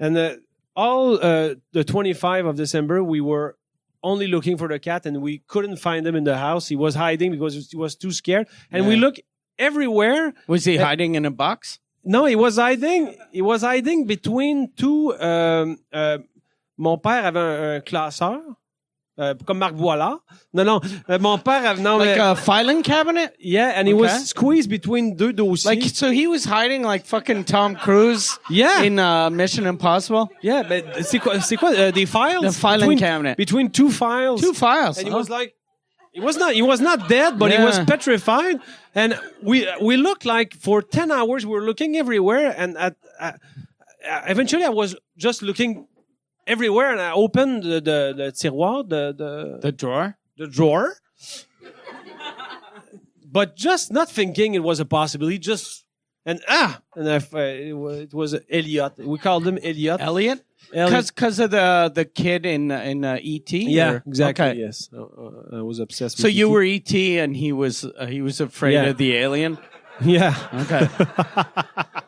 S1: and uh, all uh, the twenty five of December we were only looking for the cat and we couldn't find him in the house. He was hiding because he was too scared and we
S2: Yeah.
S1: look everywhere
S2: Was he hiding in a box?
S1: no, he was hiding. He was hiding between two. euh, euh, mon père avait un, un classeur, euh, comme Marc Boilard. Non, non. euh, mon père avait. Non,
S2: Like
S1: mais-
S2: a filing cabinet?
S1: yeah, and he
S2: Okay.
S1: was squeezed between deux dossiers.
S2: Like so he was hiding like fucking Tom Cruise
S1: Yeah.
S2: in uh, Mission Impossible.
S1: yeah, mais c'est quoi, c'est quoi euh, des files?
S2: The filing
S1: between,
S2: cabinet.
S1: Between two files.
S2: Two files.
S1: And he
S2: huh?
S1: was like, he was not, he was not dead, but he was
S2: Uh-huh. Yeah.
S1: petrified. And we we looked like for ten hours we were looking everywhere, and at, uh, uh, eventually I was just looking everywhere, and I opened the the, the tiroir, the the,
S2: the drawer.
S1: the drawer, but just not thinking it was a possibility, just and ah, and I, it wa- it was Elliot. We called him Elliot.
S2: Elliot,
S1: Elliot.
S2: because because of the the kid in in uh, ET.
S1: yeah,
S2: or-
S1: exactly.
S2: okay.
S1: Yes, Uh, uh, I was obsessed.
S2: So
S1: with
S2: you
S1: E.T..
S2: were ET, and he was uh, he was afraid
S1: Yeah.
S2: of the alien.
S1: *laughs* yeah.
S2: Okay. *laughs*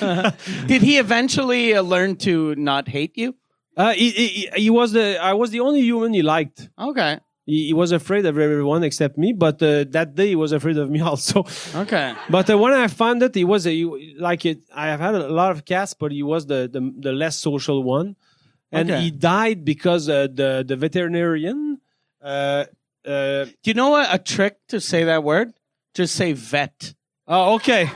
S2: Did he eventually uh, learn to not hate you?
S1: Uh, he, he, he- he was the I was the only human he liked.
S2: Okay.
S1: He, he was afraid of everyone except me, but uh, that day he was afraid of me *laughs* also.
S2: Okay.
S1: But uh, when I found it, he was a, he- like it. I have had a lot of cats, but he was the the, the less social one, and
S2: Okay.
S1: he died because uh, the the veterinarian. Uh, uh,
S2: Do you know what a trick to say that word? Just say vet.
S1: oh, okay,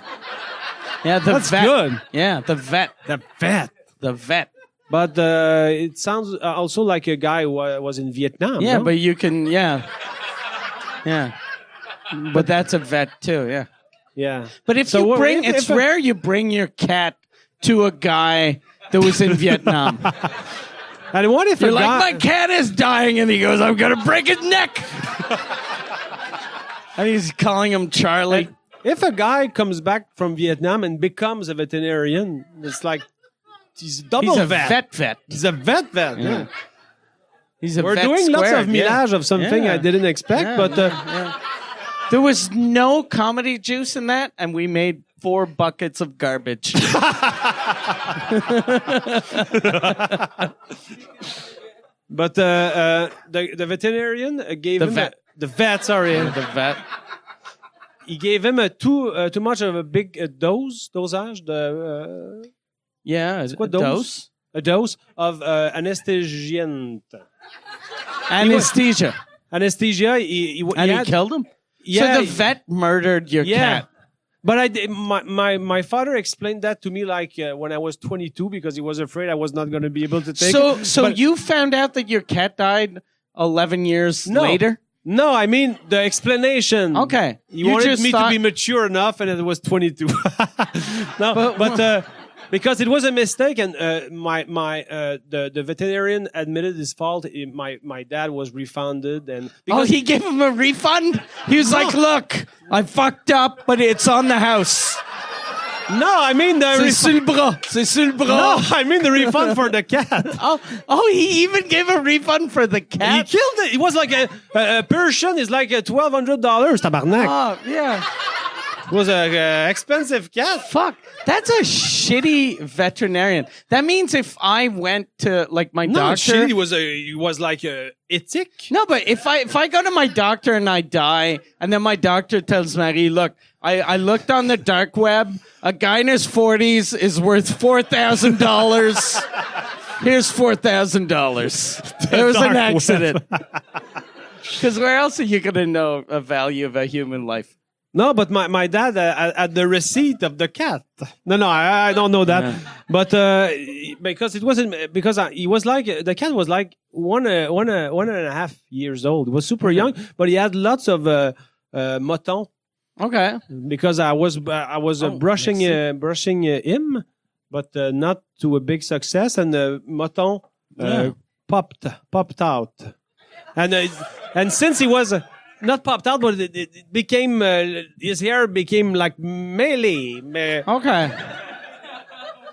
S2: Yeah, the
S1: that's
S2: vet.
S1: good.
S2: Yeah, the vet.
S1: The vet.
S2: The vet.
S1: But uh, it sounds uh, also like a guy who wa- was in Vietnam.
S2: Yeah,
S1: no?
S2: but you can. Yeah. Yeah. But that's a vet too. Yeah.
S1: yeah,
S2: But if
S1: So
S2: you
S1: what-
S2: bring,
S1: if-
S2: it's
S1: if a-
S2: rare you bring your cat to a guy that
S1: *laughs*
S2: was in Vietnam.
S1: and what if
S2: You're
S1: a
S2: like,
S1: guy,
S2: my cat is dying, and he goes, I'm gonna break his
S1: *laughs*
S2: neck. and he's calling him Charlie.
S1: if a guy comes back from Vietnam and becomes a veterinarian, it's like he's double
S2: he's a
S1: vet.
S2: vet vet.
S1: He's a vet vet. yeah.
S2: He's a
S1: We're
S2: vet
S1: doing lots
S2: squared,
S1: of millage
S2: yeah.
S1: of something
S2: Yeah.
S1: I didn't expect,
S2: Yeah,
S1: but uh,
S2: There was no comedy juice in that, and we made four buckets of
S1: *laughs*
S2: garbage.
S1: but uh, uh, the the veterinarian uh, gave
S2: The
S1: him
S2: vet.
S1: A, the vet. Sorry,
S2: the vet.
S1: he gave him a too uh, too much of a big uh, dose dosage the
S2: Yeah, is
S1: What
S2: it
S1: dose? uh, a dose of uh, anesthesiant
S2: Anesthesia.
S1: anesthesia. He, he,
S2: And
S1: he
S2: he
S1: had-
S2: killed him?
S1: Yeah,
S2: so the vet murdered your
S1: Yeah.
S2: cat.
S1: But I did, my, my my father explained that to me like uh, when I was 22 because he was afraid I was not going to be able to take
S2: So
S1: it.
S2: so
S1: But-
S2: you found out that your cat died eleven years
S1: No.
S2: later?
S1: No, I mean the explanation.
S2: Okay.
S1: You, wanted
S2: just
S1: me
S2: thought-
S1: to be mature enough, and it was *laughs* 22. no, but, uh, because it was a mistake, and uh, my my uh, the the veterinarian admitted his fault. He- my my dad was refunded, and
S2: Oh,
S1: because
S2: he gave him a refund? He was
S1: *gasps*
S2: like, Look, I fucked up, but it's on the house.
S1: no, I mean the
S2: C'est
S1: refund.
S2: sur le bras. C'est sur le
S1: *laughs* No,
S2: bras.
S1: I mean the refund for the cat.
S2: Oh, oh, he even gave a refund for the
S1: He
S2: cat.
S1: killed it. It was like a, a, a Persian is like a twelve hundred dollars tabarnak.
S2: Oh, yeah.
S1: it was a uh, expensive cat.
S2: Fuck. That's a shitty veterinarian. That means if I went to like my
S1: No,
S2: doctor.
S1: shit, it was a it was like a ethic.
S2: No, but if I if I go to my doctor and I die, and then my doctor tells Marie, look, I, I looked on the dark web. A guy in his forties is worth four thousand dollars. Here's four thousand dollars. It was
S1: dark
S2: an
S1: web.
S2: accident. *laughs* Because where else are you gonna know a value of a human life?
S1: No, but my, my dad uh, had the receipt of the cat. No, no, I, I don't know that. But uh, because it wasn't because I, he was like the cat was like one uh, one uh, one and a half years old. He was super young, but he had lots of uh, uh, mouton
S2: Okay.
S1: because I was I was uh,
S2: Oh,
S1: brushing
S2: merci.
S1: uh, brushing uh, him, but uh, not to a big success, and the mouton uh,
S2: Yeah.
S1: popped popped out, and uh, and since he was. Uh, not popped out, but it, it it became uh, his hair became like melee, me-
S2: Okay.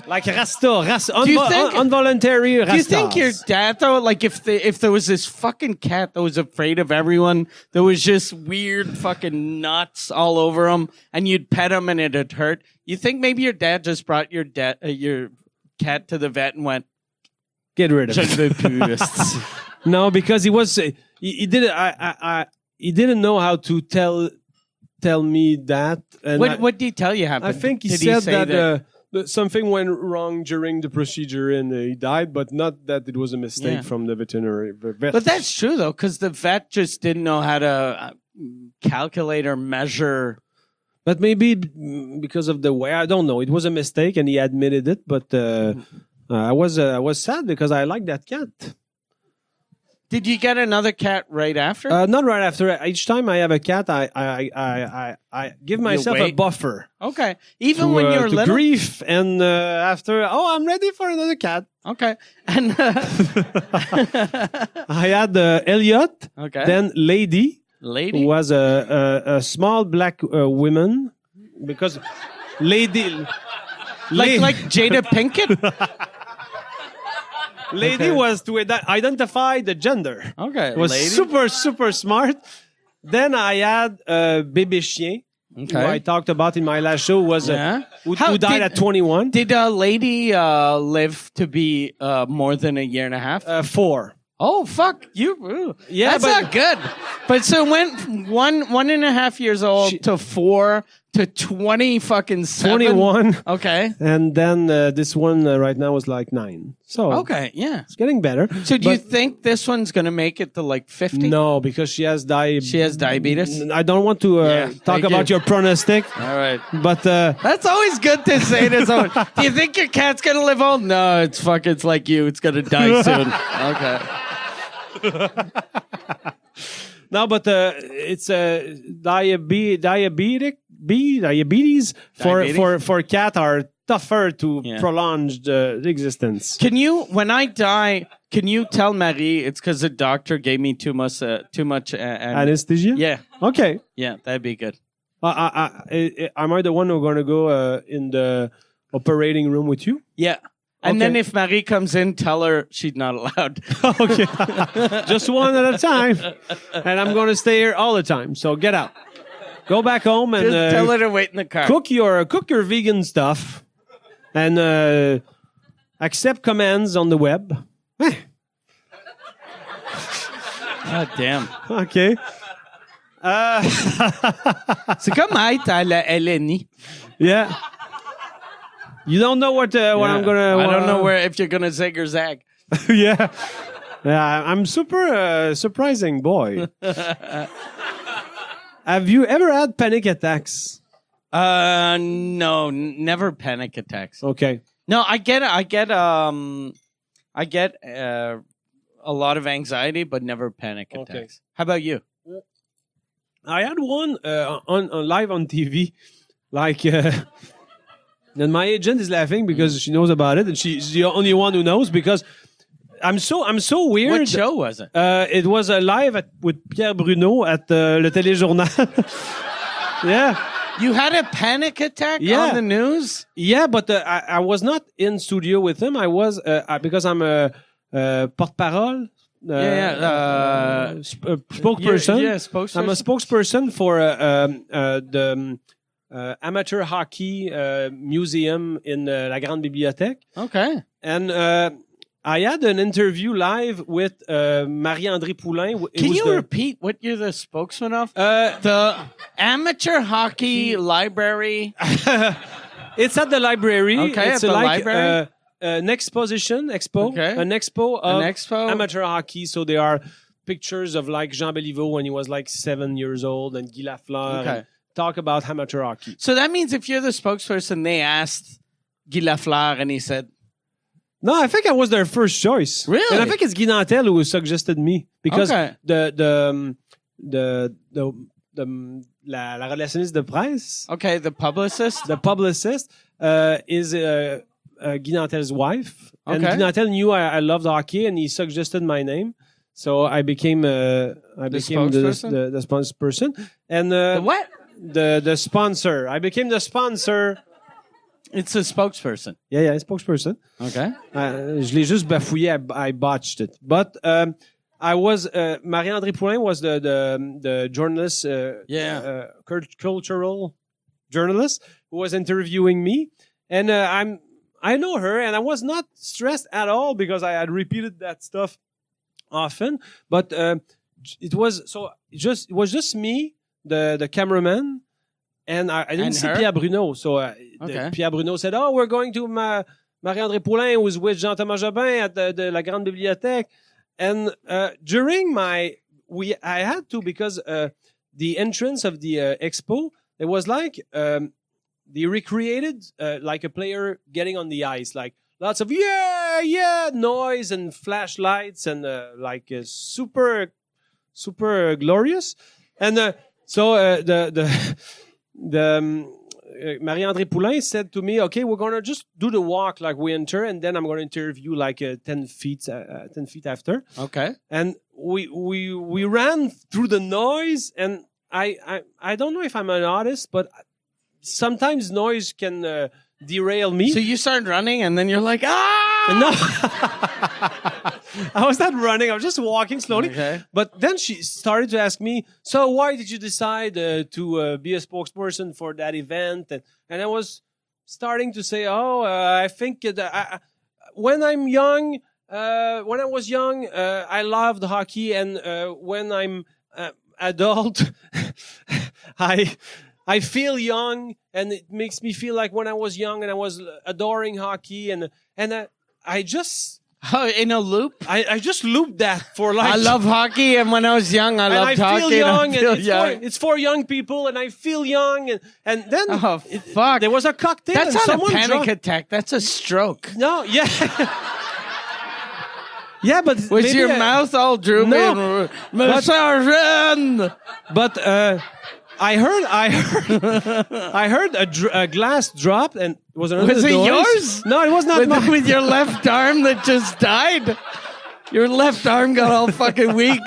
S1: like rasta, rasta,
S2: Do you
S1: unvo-
S2: think-
S1: un- involuntary rasta.
S2: Do you think your dad though, like if the, if there was this fucking cat that was afraid of everyone, that was just weird fucking nuts all over him, and you'd pet him and it'd hurt? You think maybe your dad just brought your dad uh, your cat to the vet
S1: *laughs*
S2: and went,
S1: get rid of
S2: "Je ne
S1: it?
S2: veux plus."
S1: No, because he was uh, he, he didn't I, I, I he didn't know how to tell tell me that. And I-
S2: *laughs* what what did he tell you happened?
S1: I think he
S2: Did
S1: said
S2: say
S1: that, Uh, that something went wrong during the procedure and uh, he died, but not that it was a mistake
S2: Yeah.
S1: from the veterinary. the vet.
S2: but that's true though, because the vet just didn't know how to uh, calculate or measure.
S1: but maybe mm, because of the way I don't know, it was a mistake and he admitted it. But uh, I was uh, I was sad because I liked that cat.
S2: Did you get another cat right after?
S1: Uh, not right after. Each time I have a cat, I I I I, I give myself a
S2: wait.
S1: buffer
S2: okay, even
S1: to,
S2: when
S1: uh,
S2: you were
S1: to
S2: little.
S1: grief, and uh, after oh, I'm ready for another cat.
S2: Okay. And uh,
S1: *laughs* I had uh, Elliot,
S2: okay.
S1: then Lady.
S2: lady.
S1: was a, a, a small black uh, woman because Les, dé- les-
S2: Like like
S1: *laughs*
S2: Jada Pinkett.
S1: lady
S2: Okay.
S1: was to ide- identify the gender.
S2: Okay,
S1: It was
S2: lady.
S1: super, super smart. Then I had uh, Bébé Chien, who
S2: Okay.
S1: I talked about in my last show, was uh,
S2: Yeah.
S1: who,
S2: How
S1: who died
S2: did-
S1: at 21.
S2: Did uh, lady uh, live to be uh, more than a year and a half?
S1: uh, four.
S2: oh fuck you! Ooh,
S1: Yeah,
S2: that's
S1: but-
S2: not good. But so went one one and a half years old
S1: She-
S2: to four to twenty fucking seven.
S1: 21.
S2: Okay.
S1: *laughs* And then uh, this one uh, right now was like nine. So
S2: Okay. Yeah.
S1: it's getting better.
S2: So do you
S1: But
S2: think this one's gonna make it to like fifty?
S1: no, because she has diabetes.
S2: She has diabetes.
S1: I don't want to uh,
S2: Yeah,
S1: talk
S2: thank
S1: about
S2: you.
S1: your
S2: *laughs*
S1: pronostic,
S2: All right.
S1: but uh,
S2: That's always good to say to
S1: *laughs*
S2: someone. Do you think your cat's gonna live old? No, it's fucking. It's like you. It's gonna die
S1: *laughs*
S2: soon. Okay.
S1: no, but uh, it's a uh, diabe- diabetic be diabetes for
S2: Diabetes?
S1: for for cat are tougher to
S2: Yeah.
S1: prolong the existence.
S2: Can you, when I die, can you tell Marie it's because the doctor gave me too much, uh, too much? Uh, and
S1: Anesthesia.
S2: yeah,
S1: Okay.
S2: yeah, that'd be good.
S1: Uh, I, I, I, am I the one who's going to go uh, in the operating room with you? *laughs*
S2: Yeah, and then
S1: Okay.
S2: if Marie comes in, tell her she's not
S1: *laughs*
S2: allowed.
S1: okay. Just one at a time. And I'm going to stay here all the time. So get out. Go back home and
S2: Just tell
S1: uh,
S2: her to wait in the car.
S1: cook your cook your vegan stuff and uh, accept commands on the web.
S2: God
S1: *laughs*
S2: damn.
S1: Okay.
S2: C'est comme être à la LNI.
S1: Yeah. You don't know what uh, what I'm
S2: Yeah.
S1: gonna.
S2: I don't
S1: uh,
S2: know where if you're gonna zig or zag.
S1: *laughs* yeah. Yeah, I'm super uh, surprising
S2: *laughs*
S1: boy. Have you ever had panic attacks?
S2: Uh, no, n- never panic attacks.
S1: Okay.
S2: No, I get, I get, um, I get uh, a lot of anxiety, but never panic
S1: Okay.
S2: attacks. How about you?
S1: I had one uh, on, on live on TV, like, uh, *laughs* and my agent is laughing because she knows about it, and she's the only one who knows because I'm so I'm so weird.
S2: What show was it?
S1: Uh, it was a live at, with Pierre Bruno at uh, Le Téléjournal. *laughs* yeah,
S2: You had a panic attack
S1: Yeah.
S2: on the news?
S1: yeah, but uh, I, I was not in studio with him. I was uh, I- because I'm a uh, porte-parole. Uh,
S2: Yeah, yeah, uh,
S1: sp- uh, spokesperson.
S2: Yeah, yeah, spokesperson.
S1: I'm a spokesperson for uh, um, uh, the um, uh, amateur hockey uh, museum in uh, La Grande Bibliothèque,
S2: okay.
S1: and uh, I had an interview live with uh, Marie-André Poulain. W- it
S2: Can
S1: was
S2: you
S1: the-
S2: repeat what you're the spokesman of?
S1: Uh,
S2: the amateur hockey library.
S1: it's at the library.
S2: Okay,
S1: it's
S2: at the
S1: like,
S2: library.
S1: Uh, an exposition, expo,
S2: Okay.
S1: an expo of
S2: expo.
S1: amateur hockey. So there are pictures of like Jean Béliveau when he was like seven years old, and Guy Lafleur.
S2: Okay.
S1: and talk about amateur hockey.
S2: So that means if you're the spokesperson, they asked Guy Lafleur and he said,
S1: No, I think I was their first choice.
S2: Really?
S1: And I think it's Guy Nantel who suggested me because
S2: Okay.
S1: the the um, the the, the um, la, la relationniste de presse,
S2: okay, the publicist.
S1: the publicist, uh, is uh, uh, Guy Nantel's wife, and
S2: Okay.
S1: Guy Nantel knew I, I loved hockey, and he suggested my name. So I became uh, I became the,
S2: spokesperson?
S1: the the spokesperson and uh,
S2: The what?
S1: the the sponsor. I became the sponsor.
S2: It's a spokesperson.
S1: Yeah, yeah, spokesperson.
S2: Okay.
S1: Uh, je l'ai juste bafouillé. I, I botched it. But um, I was uh, Marie-André Poulin was the the, the journalist, uh,
S2: Yeah.
S1: uh, cult- cultural journalist who was interviewing me, and uh, I'm I know her, and I was not stressed at all because I had repeated that stuff often. But uh, it was so just it was just me, the the cameraman. And I, I didn't
S2: And
S1: see
S2: her?
S1: Pierre Bruno. So uh, the-
S2: Okay.
S1: Pierre Bruno said, Oh, we're going to Ma- Marie-André Poulain was with Jean-Thomas Jobin at the, the La Grande Bibliothèque. And uh, during my, we I had to because uh, the entrance of the uh, expo, it was like um, they recreated uh, like a player getting on the ice, like lots of yeah, yeah noise and flashlights and uh, like uh, super, super glorious. And uh, so uh, the the the um, uh, Marie-André Poulain said to me, "Okay, we're gonna just do the walk like we enter, and then I'm gonna interview like uh, ten feet, uh, uh, ten feet after."
S2: Okay.
S1: And we we we ran through the noise, and I I, I don't know if I'm an artist, but sometimes noise can uh, derail me.
S2: So you start running, and then you're like, ah!
S1: *laughs* No. *laughs* I was not running. I was just walking slowly.
S2: Okay.
S1: But then she started to ask me, "So why did you decide uh, to uh, be a spokesperson for that event?" And, and I was starting to say, "Oh, uh, I think that I, I- when I'm young, uh, when I was young, uh, I loved hockey, and uh, when I'm uh, adult, *laughs* I." I feel young, and it makes me feel like when I was young and I was adoring hockey, and and I, I just
S2: Oh, in a loop.
S1: I, I just looped that for like
S2: I love hockey, and when I was young, I
S1: and
S2: loved
S1: I
S2: hockey.
S1: feel
S2: and I
S1: young,
S2: feel
S1: and it's,
S2: young.
S1: For, it's for young people, and I feel young, and and then
S2: Oh,
S1: it-
S2: fuck.
S1: there was a cocktail. and
S2: That's not a
S1: someone
S2: panic
S1: drunk-
S2: attack. That's a stroke.
S1: No,
S2: *laughs*
S1: yeah, yeah, but
S2: Was
S1: maybe
S2: your
S1: I-
S2: mouth all droopy?
S1: No.
S2: and- My sergeant!
S1: But uh, I heard, I heard, *laughs* I heard a, dr- a glass drop, and it was another
S2: Was it
S1: noise.
S2: yours?
S1: No, it was not
S2: With,
S1: mine.
S2: with your left arm that just died. Your left arm got all fucking weak.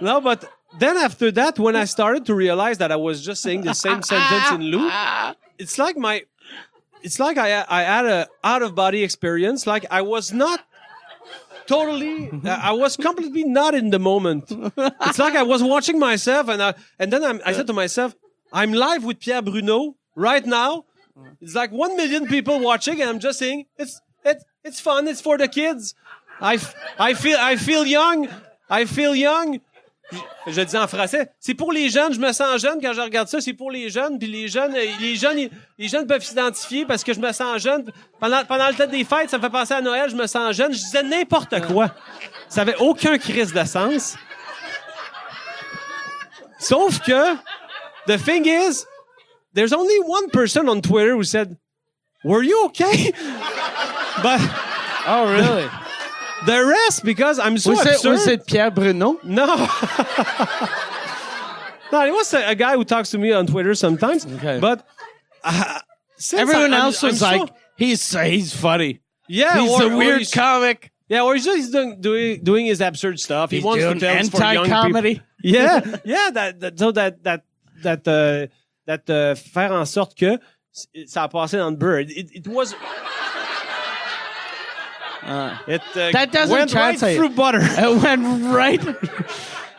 S1: No, but then after that, when I started to realize that I was just saying the same sentence in loop, it's like my, it's like I I had a out of body experience. Like I was not totally, I was completely not in the moment. It's like I was watching myself, and I and then I'm, I said to myself, I'm live with Pierre Bruno right now. It's like one million people watching, and I'm just saying it's it's it's fun. It's for the kids. I, f- I feel I feel young. I feel young. Je dis en français, c'est pour les jeunes, je me sens jeune quand je regarde ça, c'est pour les jeunes, puis les jeunes, euh, les jeunes, ils- les jeunes peuvent s'identifier parce que je me sens jeune. Pendant, pendant le temps des fêtes, ça me fait penser à Noël, je me sens jeune, je disais n'importe quoi. Ça avait aucun crise de sens. Sauf que, the thing is, there's only one person on Twitter who said, were you okay? *laughs* But
S2: *laughs* oh, *laughs* really?
S1: the rest, because I'm so
S2: Was it,
S1: absurd.
S2: was it Pierre Bruno?
S1: No. no, it was a, a guy who talks to me on Twitter sometimes.
S2: Okay.
S1: But uh, since
S2: Everyone
S1: I- I'm-
S2: else was
S1: I'm so-
S2: like, he's he's funny.
S1: yeah,
S2: He's
S1: or,
S2: a
S1: or
S2: weird
S1: he's-
S2: comic.
S1: yeah, or he's just doing, doing doing his absurd stuff. he wants to
S2: doing
S1: tell it's for young
S2: anti-comedy.
S1: people.
S2: *laughs*
S1: Yeah, yeah. That, that so that that that uh, that uh, faire en sorte que c- ça a passé dans le beurre. It, it was it uh,
S2: That doesn't
S1: went right
S2: translate.
S1: through butter.
S2: *laughs* It went right.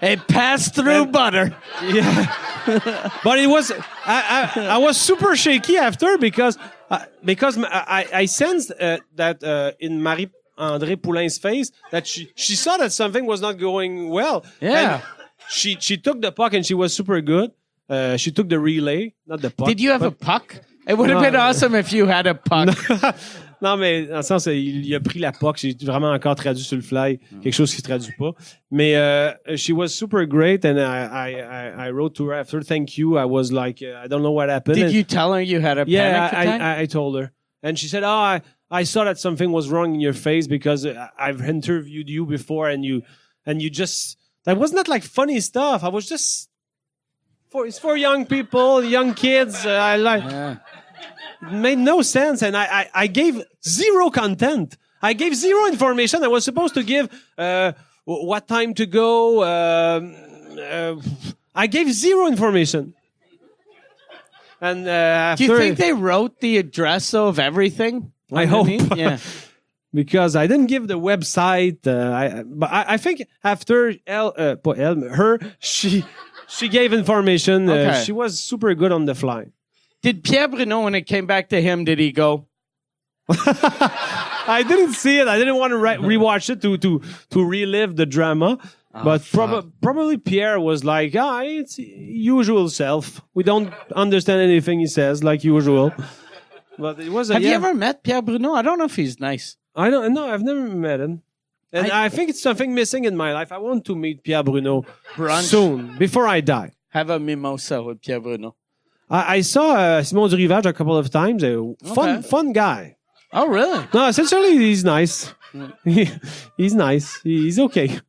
S2: It passed through butter.
S1: Yeah, but it was I, I, I was super shaky after because uh, because m- I, I sensed uh, that uh, in Marie André Poulin's face that she she saw that something was not going well.
S2: Yeah.
S1: And she she took the puck and she was super good. Uh, she took the relay, not the puck.
S2: Did you have a puck? It would have been
S1: No.
S2: awesome if you had a puck.
S1: *laughs* non, mais dans le sens, il, il a pris la POC. J'ai vraiment encore traduit sur le fly quelque chose qui traduit pas. Mais euh, she was super great and I, I, I, I wrote to her after, thank you. I was like, uh, I don't know what happened.
S2: Did
S1: And-
S2: you tell her you had a
S1: yeah,
S2: panic
S1: I,
S2: attack?
S1: I, I told her. And she said, oh, I, I saw that something was wrong in your face because I, I've interviewed you before and you, and you just, that was not like funny stuff. I was just, for, it's for young people, young kids. Uh, I like,
S2: Yeah.
S1: made no sense and I, I, I gave zero content i gave zero information i was supposed to give uh, w- what time to go um, uh, i gave zero information and uh, after,
S2: Do you think they wrote the address of everything?
S1: I hope.
S2: Underneath? Yeah.
S1: because i didn't give the website uh, I, but I, I think after El, uh, pas elle, her she she gave information uh,
S2: Okay.
S1: she was super good on the fly
S2: Did Pierre Bruno, when it came back to him, did he go?
S1: I didn't see it. I didn't want to
S2: Mm-hmm.
S1: re- rewatch it to to to relive the drama.
S2: Oh,
S1: but prob- probably Pierre was like, "Ah, it's usual self. We don't understand anything he says, like usual." But it was. A,
S2: Have you
S1: yeah.
S2: ever met Pierre Bruno? I don't know if he's nice.
S1: I don't. No, I've never met him. And I, think it's something missing in my life. I want to meet Pierre Bruno
S2: Brunch.
S1: soon, before I die.
S2: Have a mimosa with Pierre Bruno.
S1: I, I saw uh, Simon Durivage a couple of times. A fun,
S2: Okay.
S1: fun guy.
S2: Oh, really?
S1: No, essentially he's nice. he's nice. He's okay.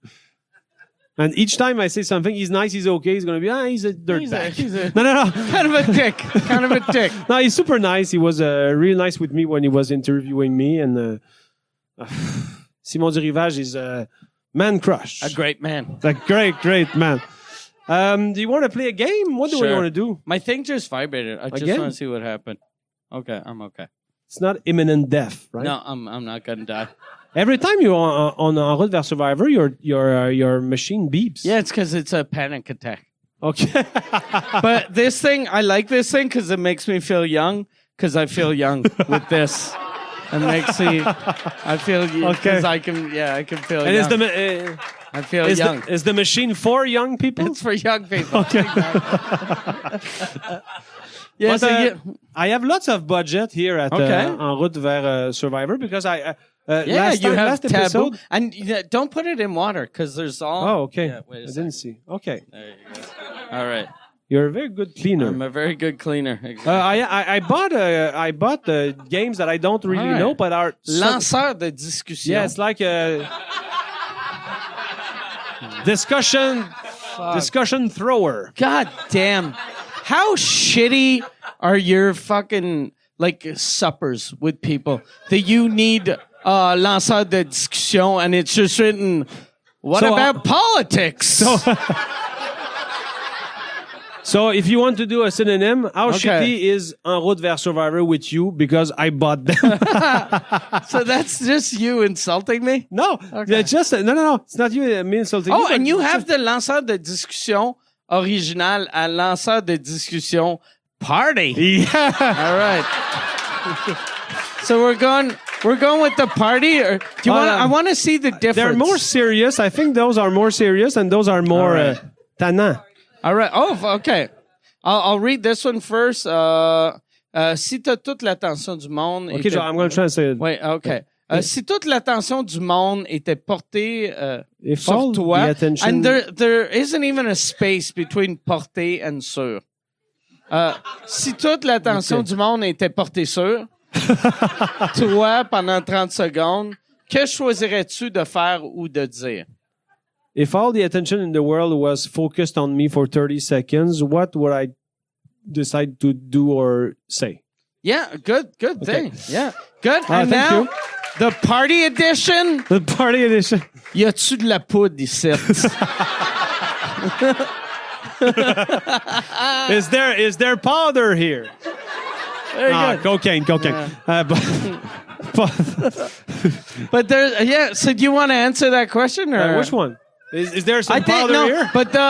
S1: And each time I say something, he's nice, he's okay, he's gonna be ah, he's a
S2: He's a,
S1: dirtbag.
S2: he's a
S1: *laughs* No, no, no,
S2: *laughs* kind of a dick. Kind of a *laughs* dick.
S1: no. He's super nice. He was uh, real nice with me when he was interviewing me. And uh, *sighs* Simon Durivage is a man crush.
S2: A great man.
S1: Like great, great man. Um, do you want to play a game? What do we
S2: Sure.
S1: want to do?
S2: My thing just vibrated. I just
S1: Again?
S2: want to see what happened. Okay, I'm okay.
S1: It's not imminent death, right?
S2: No, I'm I'm not gonna die.
S1: Every time you're on, on En route vers Survivor, your your uh, your machine beeps.
S2: Yeah, it's because it's a panic attack.
S1: Okay.
S2: But this thing, I like this thing because it makes me feel young. Because I feel young with this. It makes me. I feel
S1: Okay.
S2: because I can. Yeah, I can feel.
S1: and *laughs* is the
S2: young.
S1: ma- uh,
S2: I feel
S1: is *laughs*
S2: young.
S1: the is the machine for young people?
S2: it's for young people.
S1: Okay.
S2: *laughs* yeah,
S1: But,
S2: so
S1: uh,
S2: you-
S1: I have lots of budget here at
S2: Okay.
S1: uh, En route vers uh, Survivor because I uh, uh,
S2: yeah,
S1: last,
S2: you
S1: time-
S2: have
S1: last
S2: taboo,
S1: episode.
S2: and yeah, don't put it in water because there's all.
S1: Oh, okay.
S2: Yeah, wait a
S1: I
S2: second.
S1: didn't see. Okay,
S2: There you go. All right,
S1: you're a very good cleaner.
S2: I'm a very good cleaner.
S1: Uh, I, I I bought uh, I bought uh, games that I don't really
S2: All right.
S1: know, but are
S2: Lanceur de discussion.
S1: yeah, it's like a discussion discussion thrower.
S2: God damn. How shitty are your fucking like suppers with people that you need uh lanceur de discussion and it's just written what
S1: So, uh,
S2: about politics?
S1: So if you want to do a synonym, how
S2: Okay.
S1: shitty is En route vers Survivor with you because I bought them.
S2: *laughs* *laughs* so that's just you insulting me?
S1: no, they're just no, no, no. It's not you. I mean something.
S2: Oh, and you have the lanceur de discussion original à lanceur de discussion party.
S1: Yeah.
S2: All right. so we're going we're going with the party or do you
S1: Hold
S2: want
S1: on.
S2: I want to see the difference.
S1: They're more serious. I think those are more serious, and those are more
S2: All right.
S1: uh, tannant.
S2: All right. Oh, f- okay. I'll, I'll read this one first. Uh, uh, si t'as toute l'attention du monde.
S1: Okay,
S2: était-
S1: so I'm going to translate it.
S2: Oui, ok. Euh, si toute l'attention du monde était portée euh,
S1: If all
S2: sur toi,
S1: the attention-
S2: and there, there isn't even a space between portée and sur. Euh, si toute l'attention
S1: Ok.
S2: du monde était
S1: *laughs*
S2: portée sur toi pendant 30 secondes, que choisirais-tu de faire ou de dire?
S1: If all the attention in the world was focused on me for 30 seconds, what would I decide to do or say?
S2: Yeah, good, good
S1: Okay.
S2: thing. Yeah, good.
S1: Ah, thank
S2: and now,
S1: you.
S2: the party edition.
S1: The party edition.
S2: Y a-tu de la poudre ici?
S1: Is there is there powder here?
S2: Very
S1: Ah,
S2: good.
S1: cocaine, cocaine. Uh, but, *laughs* but-
S2: *laughs* But there, yeah. So do you want to answer that question or
S1: uh, which one? Is, is there some
S2: I think
S1: powder
S2: no.
S1: here?
S2: But the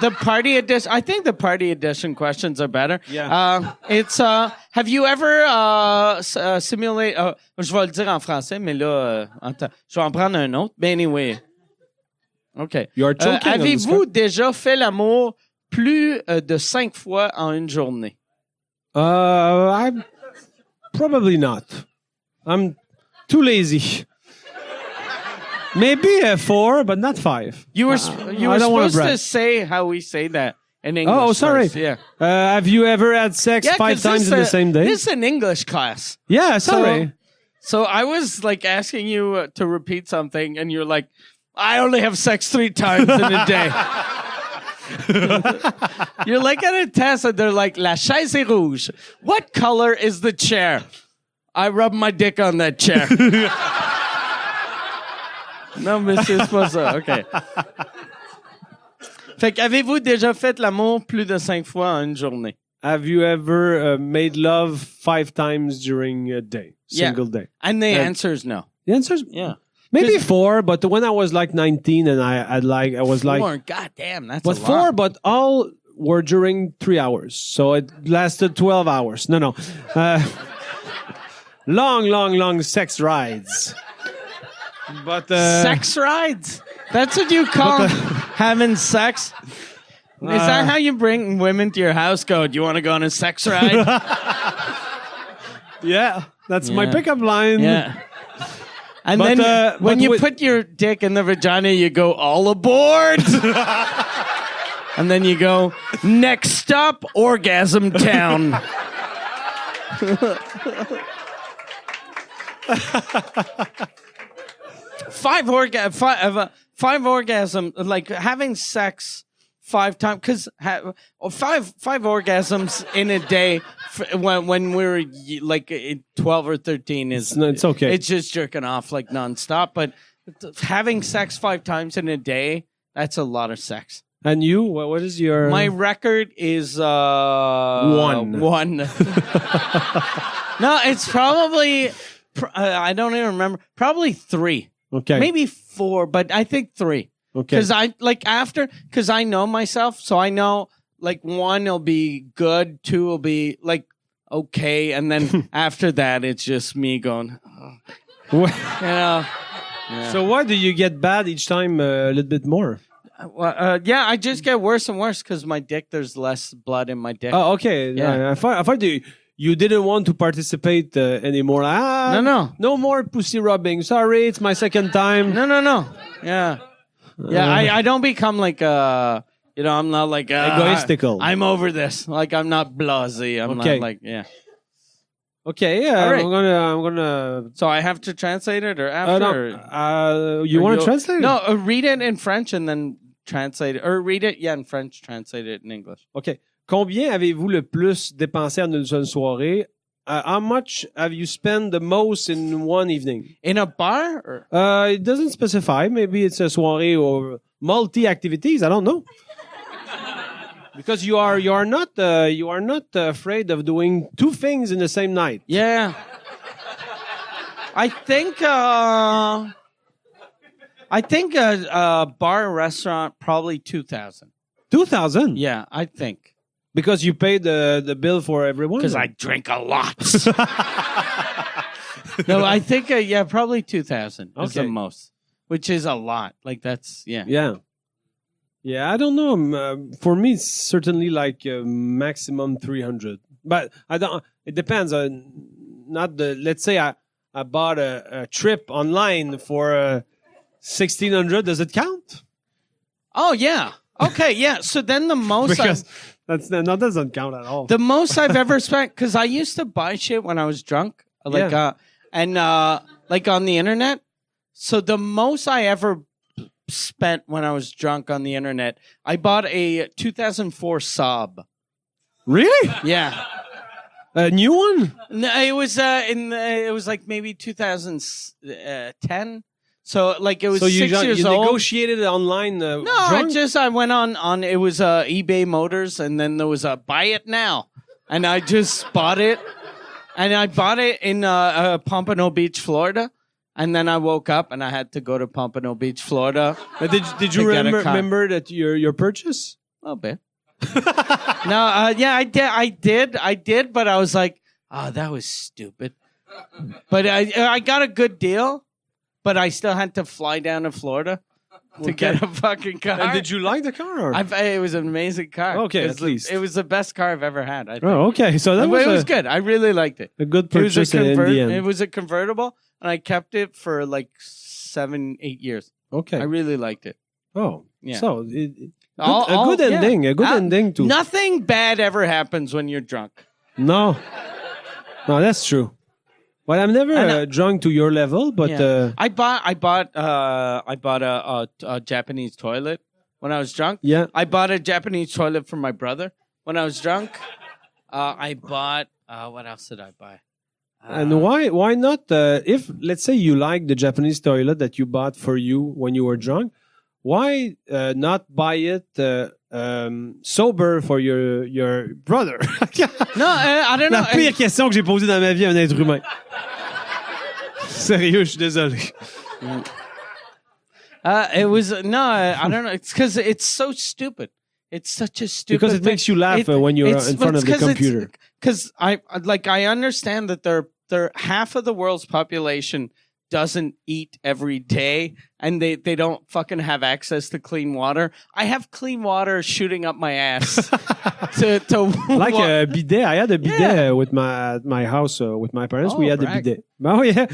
S2: the party edition. I think the party edition questions are better.
S1: Yeah.
S2: Uh, it's uh, have you ever uh, s- uh, simulate? Uh, je vais le dire en français, mais là, euh, attends, je vais en prendre un autre. Mais anyway. OK. Euh,
S1: You are joking on this
S2: Avez-vous déjà fait l'amour plus euh, de cinq fois en une journée?
S1: Uh, I'm probably not. I'm too lazy. Maybe a four, but not five.
S2: You were
S1: Uh,
S2: sp- you
S1: I
S2: were
S1: don't wanna
S2: supposed to
S1: brag.
S2: say how we say that in English.
S1: Oh, sorry.
S2: first, Yeah.
S1: Uh, have you ever had sex
S2: yeah
S1: five
S2: 'cause
S1: times
S2: this,
S1: in the
S2: uh,
S1: same day?
S2: This is an English class.
S1: yeah, sorry.
S2: So I was like asking you uh, to repeat something, and you're like, "I only have sex three times in a day." *laughs* you're like at a test, and they're like, "La chaise est rouge." What color is the chair? I rub my dick on that chair. *laughs* non, mais c'est pas ça. OK. Fait qu'avez-vous déjà fait l'amour plus de cinq fois en une journée?
S1: Have you ever uh, made love five times during a day,
S2: Yeah.
S1: single day?
S2: And the
S1: Yeah.
S2: answer is no.
S1: The answer is
S2: Yeah.
S1: maybe four, but when I was like 19 and I had like, I was like,
S2: Four. God damn, that's
S1: but
S2: a
S1: four,
S2: lot.
S1: but all were during three hours. So it lasted 12 hours. No, no. Uh, *laughs* long, long, long sex rides. But uh,
S2: sex rides. That's what you call *laughs* having sex. Is
S1: Uh.
S2: that how you bring women to your house? Go, do you want to go on a
S1: *laughs*
S2: sex ride?
S1: yeah, that's my
S2: Yeah.
S1: pickup line.
S2: yeah. And
S1: But,
S2: then
S1: uh,
S2: when
S1: but
S2: you
S1: with-
S2: put your dick in the vagina, you go
S1: *laughs*
S2: all aboard. and then you go, next stop, orgasm town. five orga five, uh, five orgasm like having sex five times because ha- oh, five five orgasms in a day f- when when we're y- like uh, 12 or 13 is
S1: no, it's okay.
S2: it's just jerking off like nonstop but th- having sex five times in a day that's a lot of sex
S1: And you, what, what is your
S2: My record is uh
S3: One.
S1: *laughs*
S2: One. no, it's probably pr- uh, I don't even remember. Probably three,
S1: okay?
S2: maybe four, but I think three.
S1: okay.
S2: Because I like after because I know myself, so I know like one will be good, two will be like okay, and then
S1: *laughs*
S2: after that it's just me going, oh, *laughs* you know.
S1: so why do you get bad each time uh, a little bit more?
S2: Well, uh, yeah, I just get worse and worse because my dick. There's less blood in my dick.
S1: Oh, okay.
S2: Yeah.
S1: I, I thought, I thought you, you didn't want to participate uh, anymore. Ah,
S2: No, no.
S1: no more pussy rubbing. Sorry, it's my second time. Uh,
S2: No, no, no. Yeah, yeah. I, I don't become like uh, you know, I'm not like uh,
S1: Egoistical.
S2: I'm over this. Like I'm not blasé. I'm
S1: Okay.
S2: not like yeah.
S1: Okay, yeah,
S2: All right.
S1: I'm gonna, I'm gonna.
S2: So I have to translate it or
S1: Uh,
S2: after.
S1: no,
S2: or-
S1: uh, you
S2: or
S1: want to
S2: you'll-
S1: translate? it?
S2: No, uh, read it in French and then translate it, or read it yeah in French, translate it in English.
S1: OK. Combien avez-vous le plus dépensé en une seule soirée? Uh, how much have you spent the most in one evening?
S2: In a bar or
S1: Uh, it doesn't specify. Maybe it's a soirée or multi activities. I don't know. Because you are you are not uh, you are not afraid of doing two things in the same night.
S2: Yeah. I think uh I think a, a bar restaurant probably 2000.
S1: Two thousand.
S2: Yeah, I think.
S1: Because you pay the the bill for everyone.
S2: Cuz I drink a lot. *laughs* no, I think uh, yeah, probably 2000 is the
S1: Okay.
S2: most, which is a lot. Like that's yeah.
S1: Yeah. Yeah, I don't know. Um, uh, for me, it's certainly like uh, maximum 300. But I don't, it depends on not the, let's say I, I bought a, a trip online for uh, 1600. Does it count?
S2: Oh yeah. Okay, yeah. So then the most I-
S1: *laughs* Because that's, no, that doesn't count at all.
S2: The most I've ever spent because I used to buy shit when I was drunk, like
S1: Yeah.
S2: uh, and uh, like on the internet. So the most I ever spent when I was drunk on the internet, I bought a 2004 Saab.
S1: really?
S2: Yeah,
S1: A new one?
S2: no, it was uh, in the, it was like maybe 2010. uh, So like it was
S1: so you,
S2: six
S1: ju-
S2: years
S1: you
S2: old.
S1: negotiated it online? Uh,
S2: no, I
S1: drunk?
S2: just I went on on it was uh, eBay Motors, and then there was a buy it now, and I just bought it, and I bought it in uh, uh, Pompano Beach, Florida, and then I woke up and I had to go to Pompano Beach, Florida,
S1: Uh, did, did you
S2: I got a
S1: remember,
S2: car.
S1: remember that your, your purchase?
S2: a little
S1: *laughs*
S2: bit. no, uh, yeah, I did, I did, I did, but I was like, oh, that was stupid. But I I got a good deal, but I still had to fly down to Florida to get a fucking car.
S1: And did you like the car? or-
S2: I've, it was an amazing car.
S1: Okay,
S2: it was
S1: at
S2: the-
S1: least.
S2: it was the best car I've ever had. I think.
S1: oh, okay. So that
S2: But
S1: was,
S2: it was
S1: a,
S2: good. I really liked it.
S1: a good
S2: It was a
S1: purchase in
S2: convert-
S1: the end.
S2: It was a convertible, and I kept it for like seven, eight years.
S1: okay.
S2: I really liked it.
S1: Oh,
S2: Yeah.
S1: so it, it-
S2: All-
S1: a
S2: all-
S1: good ending, a good
S2: Uh,
S1: ending to
S2: Nothing bad ever happens when you're drunk.
S1: no, no, that's true. Well, I'm never
S2: And, uh,
S1: uh, drunk to your level, but
S2: Yeah.
S1: uh,
S2: I bought, I bought, uh, I bought a, a, a Japanese toilet when I was drunk.
S1: yeah,
S2: I bought a Japanese toilet for my brother when I was drunk. Uh, I bought. Uh, what else did I buy? Uh,
S1: and why why not? Uh, if let's say you like the Japanese toilet that you bought for you when you were drunk, why uh, not buy it uh, um, sober for your your brother? *laughs*
S2: No, uh, I don't know.
S1: La pire question que j'ai posée dans ma vie à un être humain. *laughs* Sérieux, je suis désolé.
S2: Uh, it was no, I I don't know. It's because it's so stupid. It's such a stupid.
S1: Because it
S2: thing.
S1: makes you laugh uh, when you're uh, in front of the computer.
S2: Because I like I understand that there there half of the world's population doesn't eat every day and they they don't fucking have access to clean water. I have clean water shooting up
S1: *laughs*
S2: my ass to to
S1: like a bidet. I had a bidet
S2: Yeah.
S1: uh, with my at my house uh, with my parents. we
S2: Oh,
S1: had a
S2: brag.
S1: bidet. Oh yeah,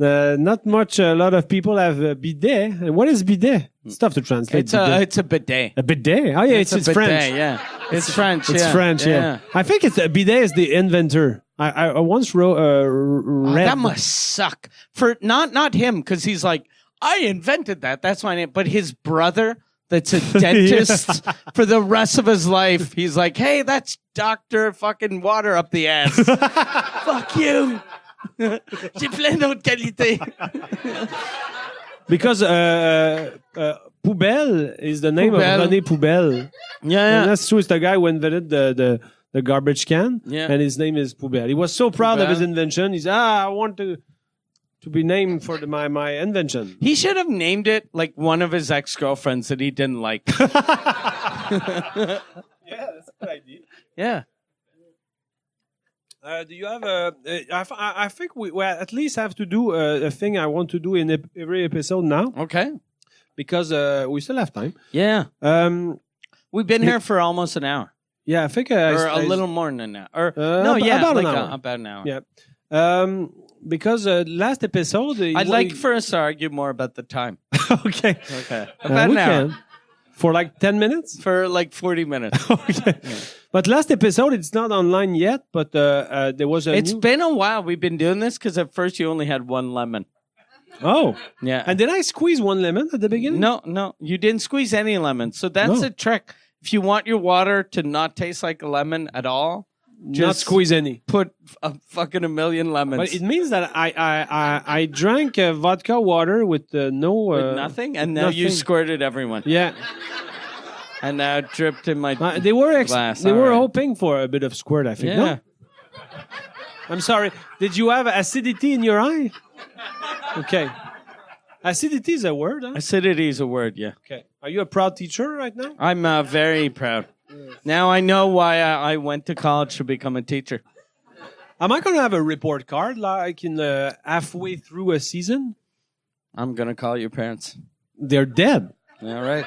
S1: uh, not much. A lot of people have a bidet. And what is bidet? It's uh, tough to translate.
S2: it's
S1: bidet.
S2: a it's a bidet.
S1: a bidet. Oh yeah, it's,
S2: a
S1: it's
S2: bidet,
S1: French.
S2: Yeah, it's, French.
S1: It's
S2: yeah.
S1: French. Yeah. I think it's a bidet is the inventor. I I, I once wrote uh,
S2: Oh,
S1: read.
S2: that must suck for not not him because he's like I invented that. That's my name. But his brother,
S1: *laughs*
S2: that's a dentist for the rest of his life. He's like, hey, that's Doctor Fucking Water up
S1: *laughs*
S2: the ass. Fuck you. *laughs*
S1: *laughs*
S2: J'ai plein d'autres qualités.
S1: because uh, uh, Poubelle is the name
S2: Poubelle.
S1: of René Poubelle.
S2: Yeah,
S1: And
S2: yeah.
S1: that's true. It's the guy who invented the, the, the garbage can.
S2: Yeah.
S1: And his name is Poubelle. He was so proud of his
S2: Poubelle.
S1: invention. He's, ah, I want to, to be named for the, my, my invention.
S2: He should have named it like one of his ex girlfriends that he
S1: *laughs*
S2: didn't like.
S1: Yeah, that's a good idea.
S2: yeah.
S1: Uh, do you have a? Uh, I, f- I I think we, we at least have to do uh, a thing I want to do in ep- every episode now
S2: Okay.
S1: because uh, we still have time.
S2: Yeah.
S1: Um,
S2: We've been here for almost an hour,
S1: yeah, I think uh, I-
S2: or
S1: I-
S2: a little more than an hour. Or
S1: Uh,
S2: no,
S1: ab-
S2: yeah,
S1: about an
S2: like uh,
S1: hour.
S2: about an hour.
S1: Yeah. Um, because uh, last episode, uh,
S2: I'd
S1: we-
S2: like for us to argue more about the time.
S1: *laughs* okay,
S2: Okay.
S1: Uh,
S2: About
S1: we
S2: an hour.
S1: can. for like ten minutes. *laughs*
S2: For like 40 minutes.
S1: okay, but last episode it's not online yet, but uh, uh, there was a
S2: It's
S1: new-
S2: been a while we've been doing this because at first you only had one lemon.
S1: oh,
S2: Yeah.
S1: and did I squeeze one lemon at the beginning?
S2: No, no, you didn't squeeze any lemon. So that's
S1: No.
S2: a trick. If you want your water to not taste like a lemon at all,
S1: not
S2: just-
S1: squeeze any.
S2: put a fucking a million lemons.
S1: But it means that I I I, I drank uh, vodka water with uh, no
S2: with
S1: uh,
S2: nothing, and now you
S1: nothing.
S2: squirted everyone,
S1: Yeah,
S2: and now it dripped in my.
S1: Uh, they were ex-
S2: Glass,
S1: they
S2: all
S1: were
S2: right.
S1: hoping for a bit of squirt. I think.
S2: yeah,
S1: No? I'm sorry. Did you have acidity in your eye? Okay. Acidity is a word. Huh?
S2: acidity is a word. Yeah,
S1: Okay. Are you a proud teacher right now?
S2: I'm uh, very proud. Now I know why I, I went to college to become a teacher.
S1: Am I gonna have a report card like in the halfway through a season?
S2: I'm gonna call your parents.
S1: They're dead.
S2: All right,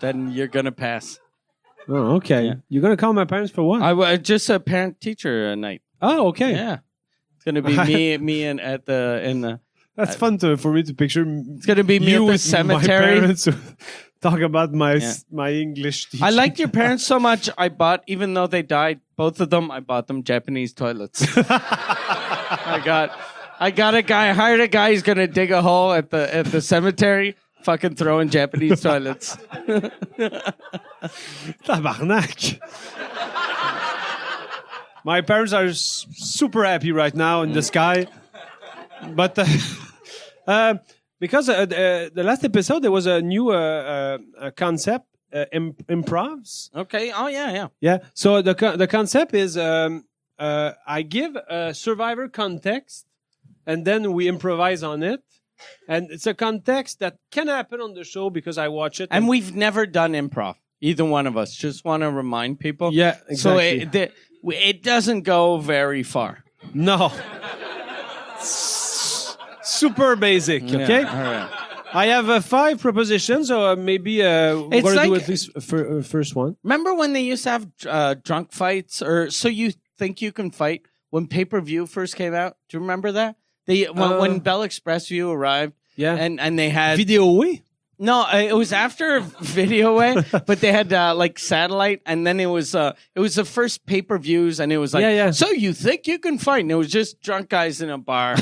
S2: then you're gonna pass.
S1: Oh, okay.
S2: Yeah.
S1: You're gonna call my parents for what?
S2: I wa- just a parent teacher night.
S1: oh, okay.
S2: Yeah. It's gonna be *laughs* me, me, and at the in the.
S1: That's fun to, for me to picture
S2: It's gonna be me at the
S1: My
S2: cemetery.
S1: parents *laughs* who talk about my s my English teacher.
S2: I liked your parents so much. I bought, even though they died, both of them. I bought them Japanese *laughs* toilets. I got, I got a guy. Hired a guy. He's gonna dig a hole at the at the cemetery. Fucking throw in Japanese toilets.
S1: tabarnak. my parents are s- super happy right now in the sky, but uh, *laughs* uh, because uh, the, the last episode there was a new uh, uh, uh, concept. Uh, imp- improvs
S2: Okay. Oh yeah, yeah.
S1: yeah so the co- the concept is um uh i give a survivor context and then we improvise on it and it's a context that can happen on the show because i watch it
S2: And we've never done improv. Either one of us. Just want to remind people.
S1: yeah
S2: So
S1: exactly.
S2: it the, it doesn't go very far.
S1: No. Super basic, okay?
S2: Yeah, all right.
S1: I have uh, five propositions, so uh, maybe uh, we're going
S2: It's
S1: to do
S2: like-
S1: at least fir- uh, first one.
S2: Remember when they used to have uh, drunk fights, or so you think you can fight when pay per view first came out? Do you remember that? They when,
S1: Uh,
S2: when Bell Express View arrived,
S1: Yeah.
S2: and and they had
S1: Video way?
S2: no, uh, it was after Video Way,
S1: *laughs*
S2: but they had uh, like satellite, and then it was uh, it was the first pay per views, and it was like,
S1: Yeah, yeah.
S2: so you think you can fight? And it was just drunk guys in a
S1: *laughs*
S2: bar,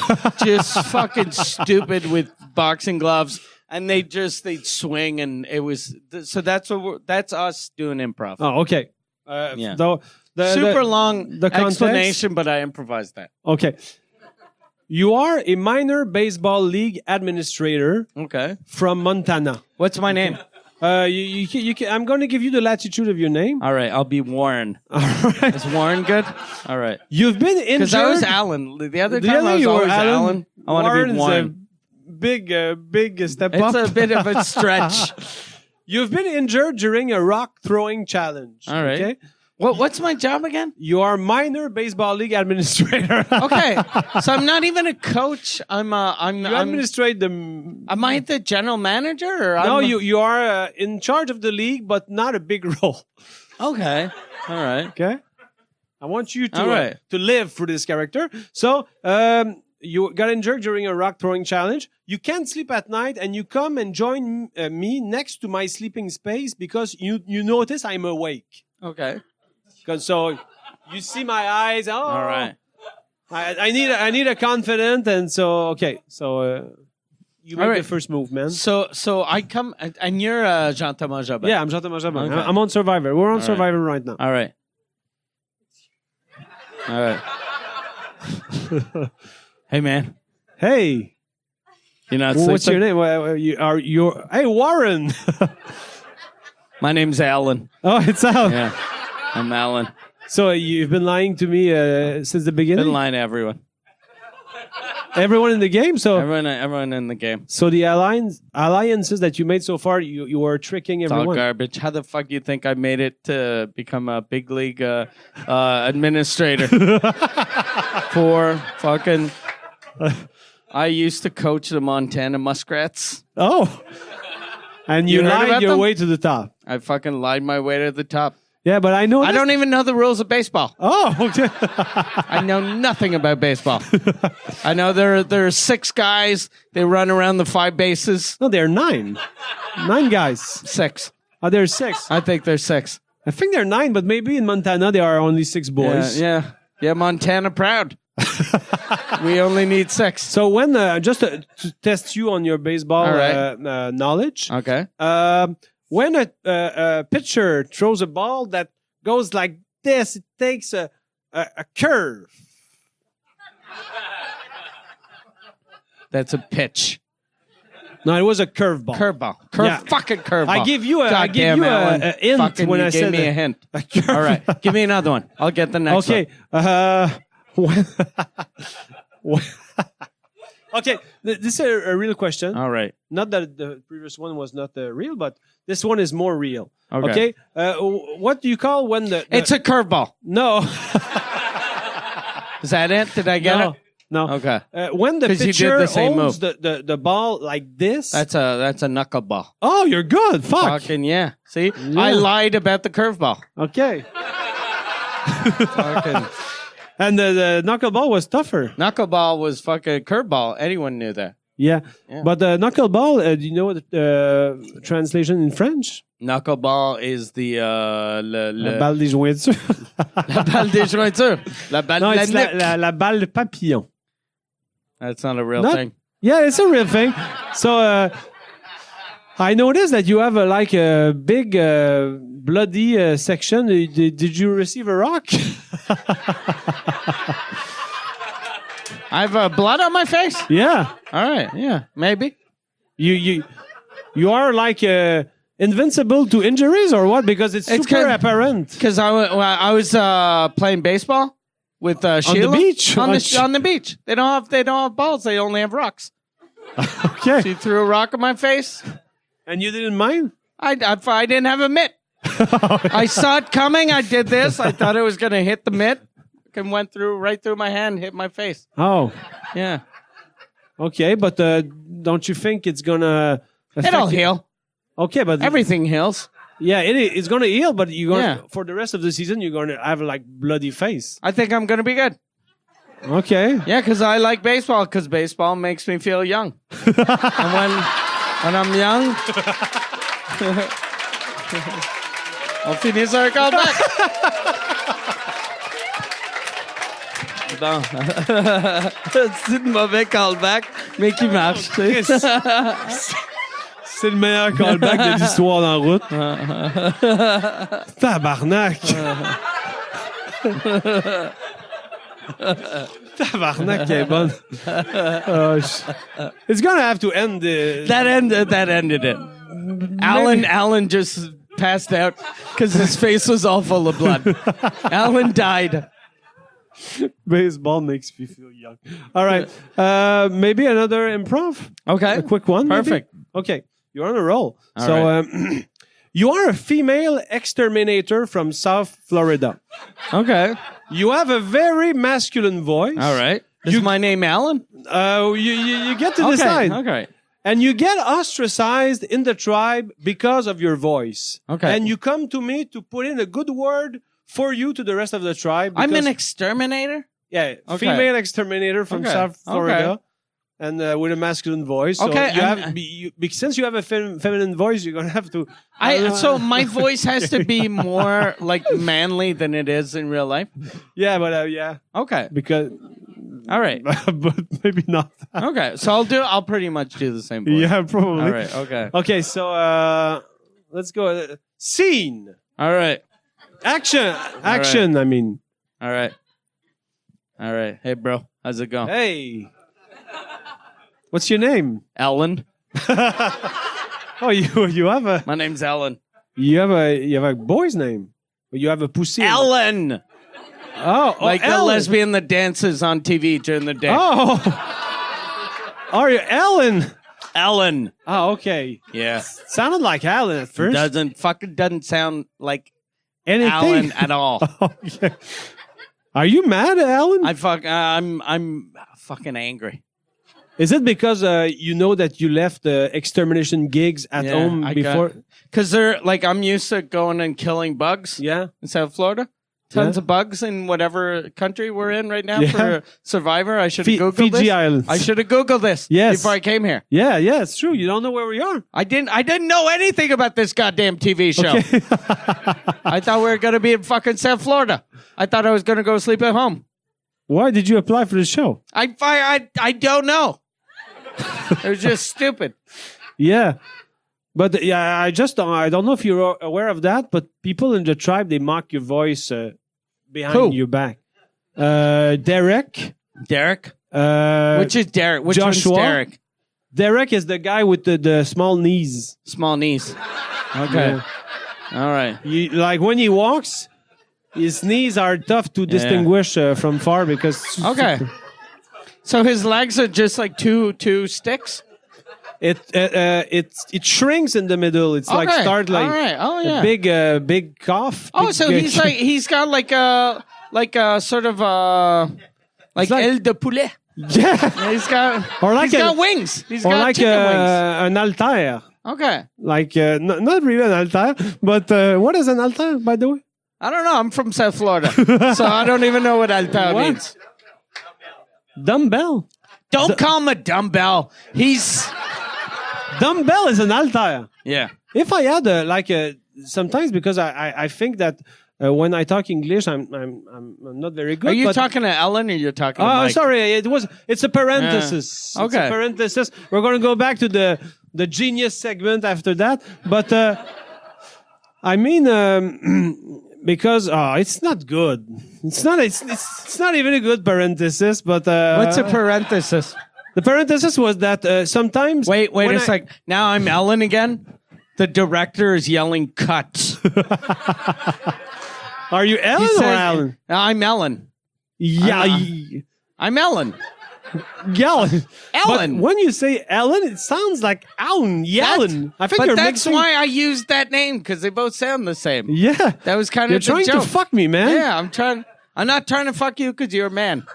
S2: just fucking stupid with boxing gloves. And they just they'd swing and it was th- so that's what we're, that's us doing improv
S1: Oh, okay. Uh,
S2: Yeah.
S1: the- the-
S2: super
S1: the-
S2: long
S1: the context?
S2: explanation, but I improvised that.
S1: Okay. You are a minor baseball league administrator
S2: Okay.
S1: from Montana.
S2: What's my name?
S1: Uh, you, you, ca- you, ca- I'm going to give you the latitude of your name.
S2: All right, I'll be Warren.
S1: *laughs* All right.
S2: Is Warren good? All right.
S1: You've been
S2: *laughs* Because
S1: injured.
S2: I was Alan. The other
S1: The
S2: time
S1: other
S2: I was
S1: you were
S2: always Alan.
S1: Alan.
S2: I want to
S1: Warren's
S2: be
S1: a
S2: Warren.
S1: big, uh, big step up.
S2: It's a bit of
S1: *laughs*
S2: a *laughs* stretch.
S1: You've been injured during a rock throwing challenge.
S2: All right.
S1: Okay?
S2: what, what's my job again?
S1: You are minor baseball league *laughs* administrator.
S2: *laughs* Okay, so I'm not even a coach. I'm a, I'm
S1: *laughs* you
S2: I'm.
S1: administrate the. No,
S2: Am I the general manager or I'm
S1: you you are uh, in charge of the league, but not a big *laughs* role.
S2: Okay, all right.
S1: Okay. I want you to
S2: All
S1: uh,
S2: right.
S1: to live for this character. So um, you got injured during a rock throwing challenge. You can't sleep at night, and you come and join uh, me next to my sleeping space because you you notice I'm awake.
S2: Okay,
S1: 'Cause So you see my eyes. Oh,
S2: all right.
S1: I, I need I need a confident, and so okay, so uh, you make
S2: All right.
S1: the first move, man.
S2: So so I come and- and you're uh, Jean Thomas Jobin.
S1: yeah, I'm Jean Thomas Jobin.
S2: Okay.
S1: I'm on Survivor. We're on
S2: right. Uh,
S1: Survivor right now.
S2: All right. All *laughs* right. hey, man.
S1: Hey,
S3: You know, it's
S1: Well,
S3: like
S1: what's your name? Well, uh, you are your hey Warren. *laughs*
S2: My name's Alan.
S1: oh, it's out.
S2: Yeah, I'm Alan.
S1: So you've been lying to me uh, since the beginning.
S2: Been lying to everyone.
S1: Everyone in the game. So
S2: Everyone, everyone in the game.
S1: so the alliance alliances that you made so far, you you were tricking
S2: It's all
S1: everyone.
S2: garbage. How the fuck you think I made it to become a big league uh, uh, administrator? *laughs* For fucking. I used to coach the Montana Muskrats.
S1: Oh, and you,
S2: You heard
S1: lied
S2: about
S1: your
S2: them?
S1: way to the top.
S2: I fucking lied my way to the top.
S1: Yeah, but I know.
S2: I
S1: this-
S2: don't even know the rules of baseball.
S1: Oh, okay. *laughs*
S2: I know nothing about baseball. I know there there are six guys. They run around the five bases.
S1: no, there are nine, nine guys.
S2: Six.
S1: Are there six?
S2: I think there's six.
S1: I think there are nine, but maybe in Montana there are only six boys.
S2: Yeah, yeah, yeah. Montana proud. we only need six.
S1: So when uh, just to, to test you on your baseball
S2: All right.
S1: uh, uh, knowledge,
S2: Okay.
S1: um, when a, uh, a pitcher throws a ball that goes like this, it takes a a, a curve.
S2: That's a pitch.
S1: No, it was a curveball.
S2: Curveball. Curve.
S1: Yeah.
S2: Fucking curveball.
S1: I give you a- I
S2: God
S1: give
S2: damn,
S1: you a-
S2: Alan.
S1: a hint
S2: Fucking
S1: when
S2: you
S1: I
S2: gave
S1: said
S2: me
S1: that. *laughs*
S2: a hint.
S1: A curve.
S2: All *laughs* right. Give me another one. I'll get the next
S1: Okay. Uh, *laughs* when- when- okay. th- This is a, a real question.
S2: one. All right.
S1: not that the previous one was not uh, real, but this one is more real.
S2: Okay.
S1: Uh, w- what do you call when the, the-
S2: It's a curveball.
S1: *laughs* no
S2: Is that it? Did I get
S1: no
S2: it?
S1: no
S2: Okay.
S1: Uh, when the
S2: 'Cause you did
S1: pitcher
S2: the same
S1: holds
S2: move.
S1: the, the, the ball like this.
S2: That's a that's a knuckleball.
S1: oh, you're good. Fuck.
S2: Fucking yeah. See, I lied about the curveball.
S1: Okay.
S2: Fucking *laughs*
S1: And the, the knuckleball was tougher.
S2: knuckleball was fucking curveball. Anyone knew that.
S1: Yeah.
S2: Yeah.
S1: But the knuckleball, uh, do you know what the uh, translation in French?
S2: Knuckleball is the uh, le,
S1: La
S2: le,
S1: balle des jointures.
S2: la balle *laughs* des jointures. La balle
S1: *laughs* no,
S2: de la
S1: it's la,
S2: nuque.
S1: la, la balle de papillon.
S2: That's not a real
S1: Not-
S2: thing.
S1: Yeah, it's a real thing. So uh, I noticed that you have a, like a big uh, bloody uh, section. Did, did you receive a rock? *laughs*
S2: I have uh, blood on my face.
S1: yeah.
S2: All right. Yeah. Maybe.
S1: you you you are like uh, invincible to injuries or what? Because it's,
S2: It's
S1: super
S2: kind- *laughs*
S1: apparent.
S2: Because I, wa- well, I was uh, playing baseball with uh,
S1: the
S2: Sheila
S1: beach?
S2: On
S1: On
S2: the
S1: sh-
S2: on the beach. They don't have they don't have balls. They only have rocks. She
S1: Okay,
S2: threw a rock in my face.
S1: and you didn't mind.
S2: I, I, I didn't have
S1: *laughs*
S2: a mitt. I saw it coming. I did this. I thought it was going to hit the mitt. And went through right through my hand, hit my face.
S1: Oh,
S2: Yeah,
S1: okay, but uh, don't you think it's gonna? affect
S2: it'll
S1: you-
S2: heal.
S1: Okay, but
S2: Everything heals.
S1: yeah, it, i- it's gonna heal. But you're gonna
S2: Yeah.
S1: for the rest of the season, you're gonna have like bloody face.
S2: I think I'm going to be good.
S1: Okay,
S2: Yeah, because I like baseball. Because baseball makes me feel young. and when when I'm *laughs* young, I'll finish our call back. Bon. *laughs* C'est de mauvais callback, mais qui marche, tu sais.
S1: *laughs* c'est le meilleur callback de l'histoire d'en
S2: *laughs*
S1: route. Tabarnak. Tabarnak, elle est bonne. Oh, sh- it's gonna have to end the.
S2: That ended. That ended it. Alan. Alan just passed out because his face was all full of blood. Alan died.
S1: Baseball makes me feel young. All right. Uh, maybe another improv.
S2: Okay.
S1: A quick one. maybe?
S2: Perfect.
S1: Okay. You're on a roll.
S2: All
S1: so,
S2: right.
S1: um, *clears throat* you are a female exterminator from South Florida.
S2: Okay.
S1: You have a very masculine voice.
S2: All right. Is my name Alan?
S1: Uh, you, you, you get to decide.
S2: Okay.
S1: And you get ostracized in the tribe because of your voice.
S2: Okay.
S1: And you come to me to put in a good word for you to the rest of the tribe.
S2: I'm an
S1: because-
S2: exterminator.
S1: Yeah,
S2: Okay.
S1: female exterminator from
S2: Okay.
S1: South Florida,
S2: Okay.
S1: and uh, with a masculine voice. So
S2: Okay,
S1: you
S2: and-
S1: have, be- you, be- since you have a fem- feminine voice, you're gonna have to.
S2: I
S1: Uh, *laughs*
S2: so my voice has to be more like manly than it is in real life.
S1: yeah, but uh, yeah,
S2: Okay.
S1: because *laughs*
S2: All right.
S1: but maybe not.
S2: Okay. So I'll do. I'll pretty much do the same. Voice.
S1: yeah, probably.
S2: All right. Okay.
S1: Okay, so uh, let's go. Uh, scene,
S2: All right.
S1: action, action. I mean,
S2: All right. All right. Hey, bro. How's it going?
S1: hey, What's your
S2: *laughs*
S1: name?
S2: Ellen.
S1: Oh, you you have a
S2: My name's Ellen.
S1: you have a you have a boy's name. You have a pussy.
S2: Ellen.
S1: Oh, oh,
S2: Like the
S1: Ellen.
S2: lesbian that dances on TV during the day.
S1: Oh, are you Ellen?
S2: Ellen.
S1: Oh, okay.
S2: Yeah.
S1: Sounded like Alan at first.
S2: Doesn't fucking doesn't sound like
S1: Anything? *laughs*
S2: Alan at all.
S1: Oh, yeah. Are you mad, Alan?
S2: I fuck. I'm I'm fucking angry.
S1: Is it because uh, you know that you left the extermination gigs at
S2: Yeah,
S1: home
S2: I got-
S1: before?
S2: Cause they're like I'm used to going and killing bugs
S1: Yeah.
S2: in South Florida. Tons
S1: Yeah.
S2: of bugs in whatever country we're in right now
S1: Yeah.
S2: for Survivor. I should have
S1: Fi-
S2: googled
S1: Fiji
S2: this.
S1: Islands.
S2: I should have googled this
S1: Yes.
S2: before I came here.
S1: yeah, yeah, it's true. You don't know where we are.
S2: I didn't. I didn't know anything about this goddamn TV
S1: *laughs*
S2: show. I thought we were gonna be in fucking South Florida. I thought I was gonna go sleep at home.
S1: Why did you apply for the show?
S2: I I I, I don't know. it was just stupid.
S1: Yeah. But yeah, I just don't, I don't know if you're aware of that, but people in the tribe they mock your voice uh, behind
S2: Who?
S1: your back. Uh, Derek,
S2: Derek,
S1: uh,
S2: which is Derek? Which one's
S1: Joshua?
S2: Derek?
S1: Derek is the guy with the, the small knees.
S2: Small knees. Okay.
S1: Yeah.
S2: All right.
S1: You, like when he walks, his knees are tough to distinguish uh, from far because
S2: Okay. So his legs are just like two two sticks.
S1: *laughs* it uh, uh, it it shrinks in the middle. It's like
S2: Okay.
S1: start like
S2: All right. Oh,
S1: a
S2: yeah.
S1: big uh, big cough.
S2: Oh,
S1: big-
S2: so he's like he's got like a like a sort of a like,
S1: like-
S2: el de poulet.
S1: *laughs* yeah,
S2: He's got
S1: Or like
S2: he's got
S1: a-
S2: wings. He's
S1: or
S2: got
S1: like uh,
S2: chicken
S1: an altair.
S2: wings. Okay.
S1: Like uh, n- not really an altair, but uh, what is an altair by the way?
S2: I don't know. I'm from South
S1: *laughs*
S2: Florida, so I don't even know what altar
S1: What?
S2: means.
S1: Dumbbell.
S2: Don't call him a dumbbell. He's
S1: Dumbbell is an altair.
S2: yeah.
S1: If I had a, like a, sometimes because I, I, I think that uh, when I talk English I'm I'm I'm, I'm not very good.
S2: Are you
S1: but-
S2: talking to Ellen or you're talking?
S1: Oh,
S2: to Mike?
S1: sorry. It was. It's a parenthesis.
S2: Yeah.
S1: It's a
S2: Okay.
S1: parenthesis. We're going to go back to the the genius segment after that. But uh, I mean, um, *clears throat* because uh, it's not good. It's not. It's, it's it's not even a good parenthesis. But uh,
S2: What's a parenthesis?
S1: the parenthesis was that uh, sometimes.
S2: Wait, wait
S1: when
S2: a
S1: I-
S2: sec. Now I'm Ellen again. The director is yelling
S1: *laughs*
S2: cut. He
S1: Are you Ellen or
S2: says-
S1: Alan?
S2: I'm Ellen.
S1: Yeah,
S2: I'm, uh,
S1: y-
S2: I'm Ellen. *laughs*
S1: Ellen.
S2: Ellen.
S1: But when you say Ellen, it sounds like Alan. Yellen. I think
S2: but
S1: you're
S2: that's
S1: mixing-
S2: why I used that name because they both sound the
S1: *laughs*
S2: same.
S1: Yeah.
S2: That was kind
S1: You're
S2: of the
S1: trying to
S2: joke.
S1: fuck me, man.
S2: Yeah, I'm trying. I'm not trying to fuck you because you're
S1: *laughs*
S2: a man.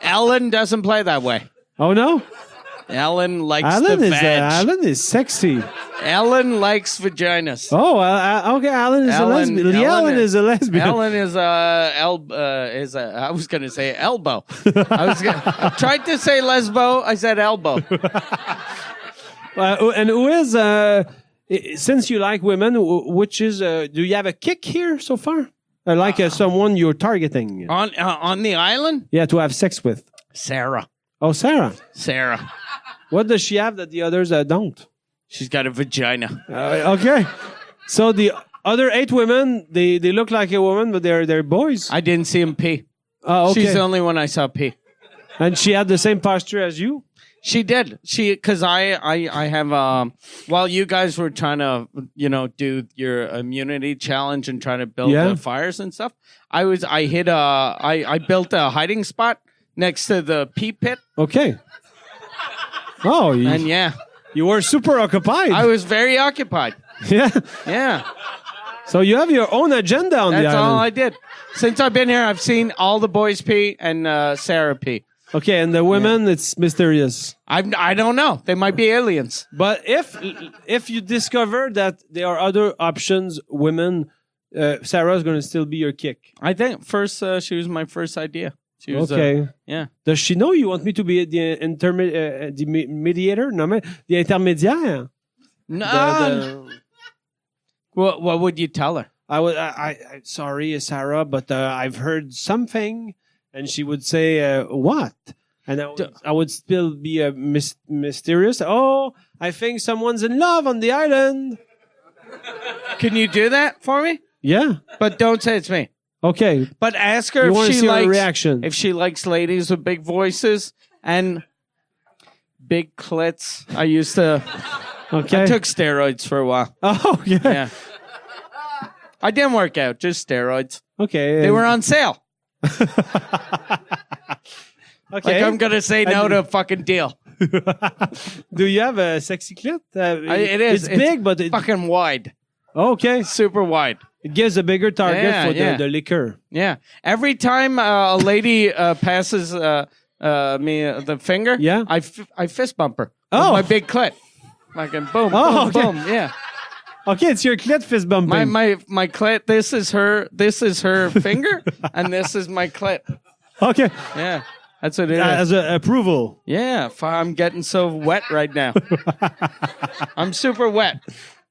S2: Ellen doesn't play that way.
S1: Oh no.
S2: Ellen likes
S1: Alan
S2: the
S1: is uh,
S2: veg.
S1: Alan is sexy.
S2: Ellen likes vaginas.
S1: Oh, uh, uh, okay. Alan is a
S2: Alan-
S1: lesbian. Ellen,
S2: Alan-
S1: is a lesbian.
S2: Ellen is a el- uh, is a. I was gonna say elbow. I was gonna, I tried to say lesbo. I said elbow.
S1: *laughs* Uh, who- and who is? Uh, i- since you like women, wh- which is? Uh, do you have a kick here so far? Uh, like uh, someone you're targeting?
S2: on uh, on the island.
S1: yeah, to have sex with.
S2: Sarah,
S1: Oh, Sarah,
S2: Sarah,
S1: what does she have that the others uh, don't?
S2: she's got a vagina.
S1: Uh, okay, so the other eight women, they they look like a woman, but they're they're boys.
S2: I didn't see him pee.
S1: Oh, okay.
S2: She's the only one I saw pee.
S1: and she had the same posture as you.
S2: She did. She because I I I have um while you guys were trying to you know do your immunity challenge and trying to build
S1: Yeah.
S2: the fires and stuff. I was I hit a I I built a hiding spot next to the pee pit
S1: Okay. Oh, you,
S2: and yeah
S1: you were super occupied.
S2: I was very occupied.
S1: *laughs* yeah.
S2: Yeah,
S1: So you have your own agenda on the
S2: that's all I
S1: island.
S2: did. Since I've been here, I've seen all the boys pee and uh, Sarah pee.
S1: okay, and the women, it's mysterious.
S2: I'm I don't know. They might be aliens.
S1: But if if you discover that there are other options, women, uh, Sarah's going to still be your kick.
S2: I think first uh, she was my first idea. She was uh,
S1: Okay.
S2: yeah.
S1: Does she know you want me to be the interme- uh, the me- mediator? No, mais the intermédiaire.
S2: Ah, No.
S1: The- the-
S2: What what would you tell her?
S1: I was I, I I- sorry, Sarah, but uh, I've heard something, and she would say uh, what, and I would, I would still be uh, mys- mysterious. Oh, I think someone's in love on the island.
S2: Can you do that for me?
S1: Yeah.
S2: But don't say it's me.
S1: Okay.
S2: But ask her
S1: You
S2: if
S1: want to
S2: she
S1: see her
S2: likes
S1: reaction?
S2: if she likes ladies with big voices and big clits. I used to.
S1: Okay.
S2: I took steroids for a while.
S1: *laughs* oh, yeah.
S2: Yeah. I didn't work out, just steroids.
S1: Okay.
S2: They were on sale.
S1: okay.
S2: Like I'm gonna say no to a fucking deal.
S1: *laughs* Do you have a sexy clit? Uh,
S2: I- it is.
S1: It's,
S2: It's
S1: big, but it,
S2: Fucking wide,
S1: okay.
S2: super wide.
S1: It gives a bigger target
S2: Yeah,
S1: for the,
S2: yeah.
S1: the liquor.
S2: Yeah. Every time uh, a lady uh, passes uh, uh, me uh, the finger,
S1: Yeah.
S2: I, f- I fist bump her.
S1: Oh.
S2: with my big clit. Fucking boom, boom,
S1: Oh, okay.
S2: boom. Yeah.
S1: Okay, it's your clit fist bumping.
S2: My my my clit. This is her. This is her finger, and this is my clit.
S1: *laughs* okay,
S2: Yeah. That's what it is.
S1: as a approval. *laughs*
S2: Yeah, f- I'm getting so wet right now. I'm super wet.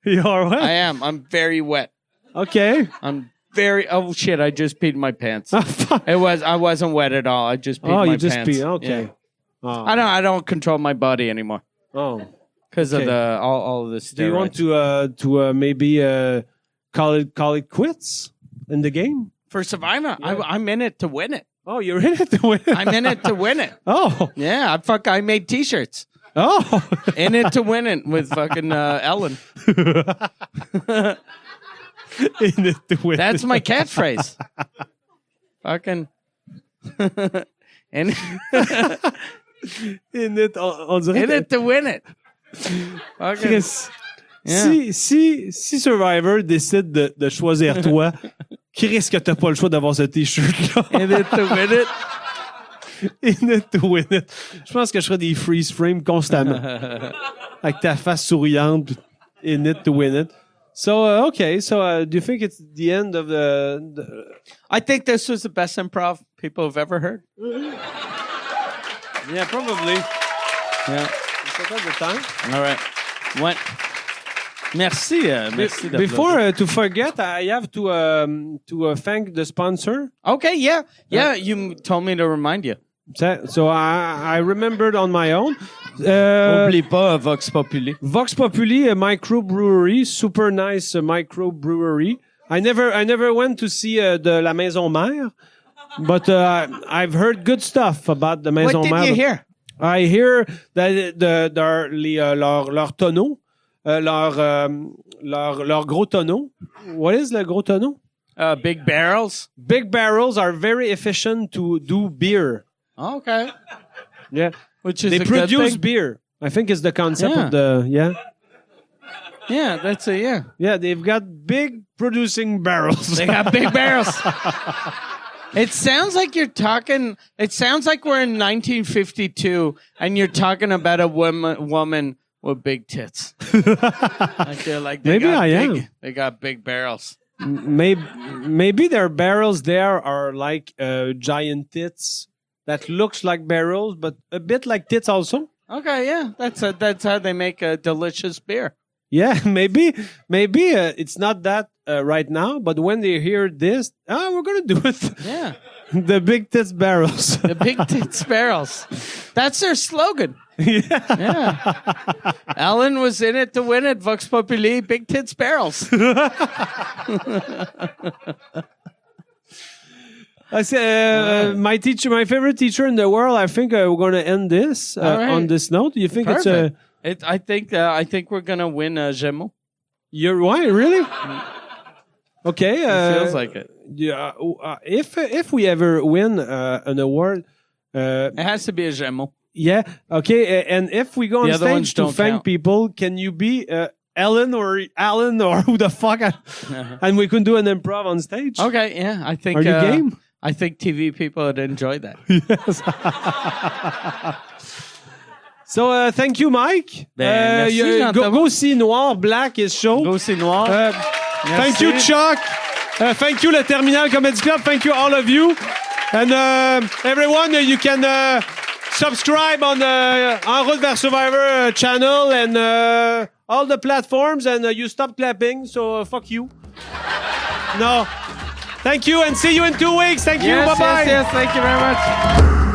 S1: You are what?
S2: I am. I'm very wet.
S1: okay. *laughs*
S2: I'm very. Oh shit! I just peed my pants.
S1: Ah, fuck.
S2: It was. I wasn't wet at all. I just peed
S1: oh,
S2: my
S1: you just
S2: pants.
S1: pee. Okay.
S2: Yeah.
S1: Oh.
S2: I don't. I don't control my body anymore
S1: oh.
S2: because
S1: Okay.
S2: of the all all of this.
S1: Do you want to uh, to uh, maybe uh, call it call it quits in the game?
S2: for Savannah?
S1: Yeah.
S2: I, I'm in it to win it.
S1: Oh, you're in it *laughs* to win.
S2: I'm in it to win it.
S1: oh,
S2: *laughs* Yeah, I fuck. I made T-shirts. *laughs*
S1: oh. *laughs*
S2: In it to win it with fucking uh, Ellen.
S1: in it to win.
S2: That's my catchphrase. fucking. *laughs* and
S1: in it. On, on dirait.
S2: in
S1: que-
S2: it to win it. Fucking.
S1: Chris,
S2: Yeah.
S1: si, si, si Survivor décide de, de
S2: *laughs*
S1: choisir toi, Chris, que t'as pas le choix d'avoir ce t-shirt-là.
S2: In it to win it.
S1: *laughs* In it to win it. Je pense que je ferais des freeze frames
S2: *laughs*
S1: constamment. avec ta face souriante, pis in it to win it. So, uh, okay, so uh, do you think it's the end of the. the-
S2: I think this was the best improv people have ever heard.
S1: yeah, probably.
S2: Yeah.
S1: C'est quoi le temps?
S2: All right. What? Merci. Uh, merci d'applaudir.
S1: Before uh, to forget, I have to um, to uh, thank the sponsor.
S2: Okay. Yeah. Yeah. You m- told me to remind you.
S1: So so I, I remembered on my own. Uh,
S2: Euh, pas Vox Populi.
S1: Vox Populi, a microbrewery, super nice uh, microbrewery. I never, I never went to see uh, the La Maison Mère, but uh, I've heard good stuff about the
S2: What
S1: Maison
S2: did
S1: Mère.
S2: you hear?
S1: I hear that the, their, les, euh, leur, leur tonneau, euh, leur, euh, leur, leur gros tonneau. What is le gros tonneau?
S2: Uh, big barrels.
S1: Big barrels are very efficient to do beer.
S2: Okay.
S1: Yeah,
S2: Which is
S1: they
S2: a
S1: produce
S2: Good thing.
S1: beer. I think is the concept
S2: Yeah.
S1: of the yeah.
S2: Yeah. That's a yeah.
S1: Yeah, they've got big producing
S2: *laughs*
S1: barrels.
S2: They got big barrels. It sounds like you're talking. It sounds like we're in 1952, and you're talking about a woman woman with big *laughs* tits. like they're like, they
S1: Maybe
S2: got
S1: I am.
S2: big, They got big barrels.
S1: maybe, maybe their barrels there are like uh, giant tits that looks like barrels, but a bit like tits also.
S2: Okay, yeah, that's a, that's how they make a delicious beer.
S1: Yeah, *laughs* maybe, maybe uh, it's not that uh, right now, but when they hear this, ah, we're gonna do it. *laughs*
S2: Yeah,
S1: the big tits barrels.
S2: *laughs* the big tits barrels. That's their slogan.
S1: yeah.
S2: Yeah,
S1: *laughs*
S2: Alan was in it to win it. Vox Populi, big tits barrels.
S1: I say, uh, uh, my teacher, my favorite teacher in the world. I think uh, we're gonna end this uh,
S2: All right.
S1: on this note. You think it's uh, a
S2: Perfect. It, I think uh, I think we're gonna win uh, Gemo.
S1: You're why
S2: *laughs*
S1: really? Okay, uh,
S2: Feels like it.
S1: yeah. Uh, if if we ever win uh, an award, uh,
S2: It has to be a Gemo.
S1: yeah. Okay, a- and if we go on
S2: The other ones
S1: stage to
S2: don't
S1: thank
S2: count.
S1: people, can you be uh, Ellen or Alan or who the fuck? and we can do an improv on stage.
S2: Uh-huh. Okay, yeah, I think.
S1: Are you
S2: uh,
S1: game?
S2: I think TV people would enjoy
S1: *laughs*
S2: that.
S1: Yes. so uh, thank you, Mike.
S2: Ben, merci,
S1: you-
S2: Jean
S1: go,
S2: Thomas.
S1: go see Noir Black is show.
S2: Lucy Noir.
S1: Uh,
S2: Merci.
S1: thank you, Chuck. Uh, thank you, Le Terminal Comedy Club. Thank you, all of you. And uh, everyone, uh, you can uh, subscribe on the En Route vers Survivor uh, channel and uh, all the platforms. And uh, you stop clapping, so uh, fuck you. No. Thank you, and see you in two weeks. Thank you. Bye
S2: yes,
S1: bye.
S2: yes, yes. Thank you very much.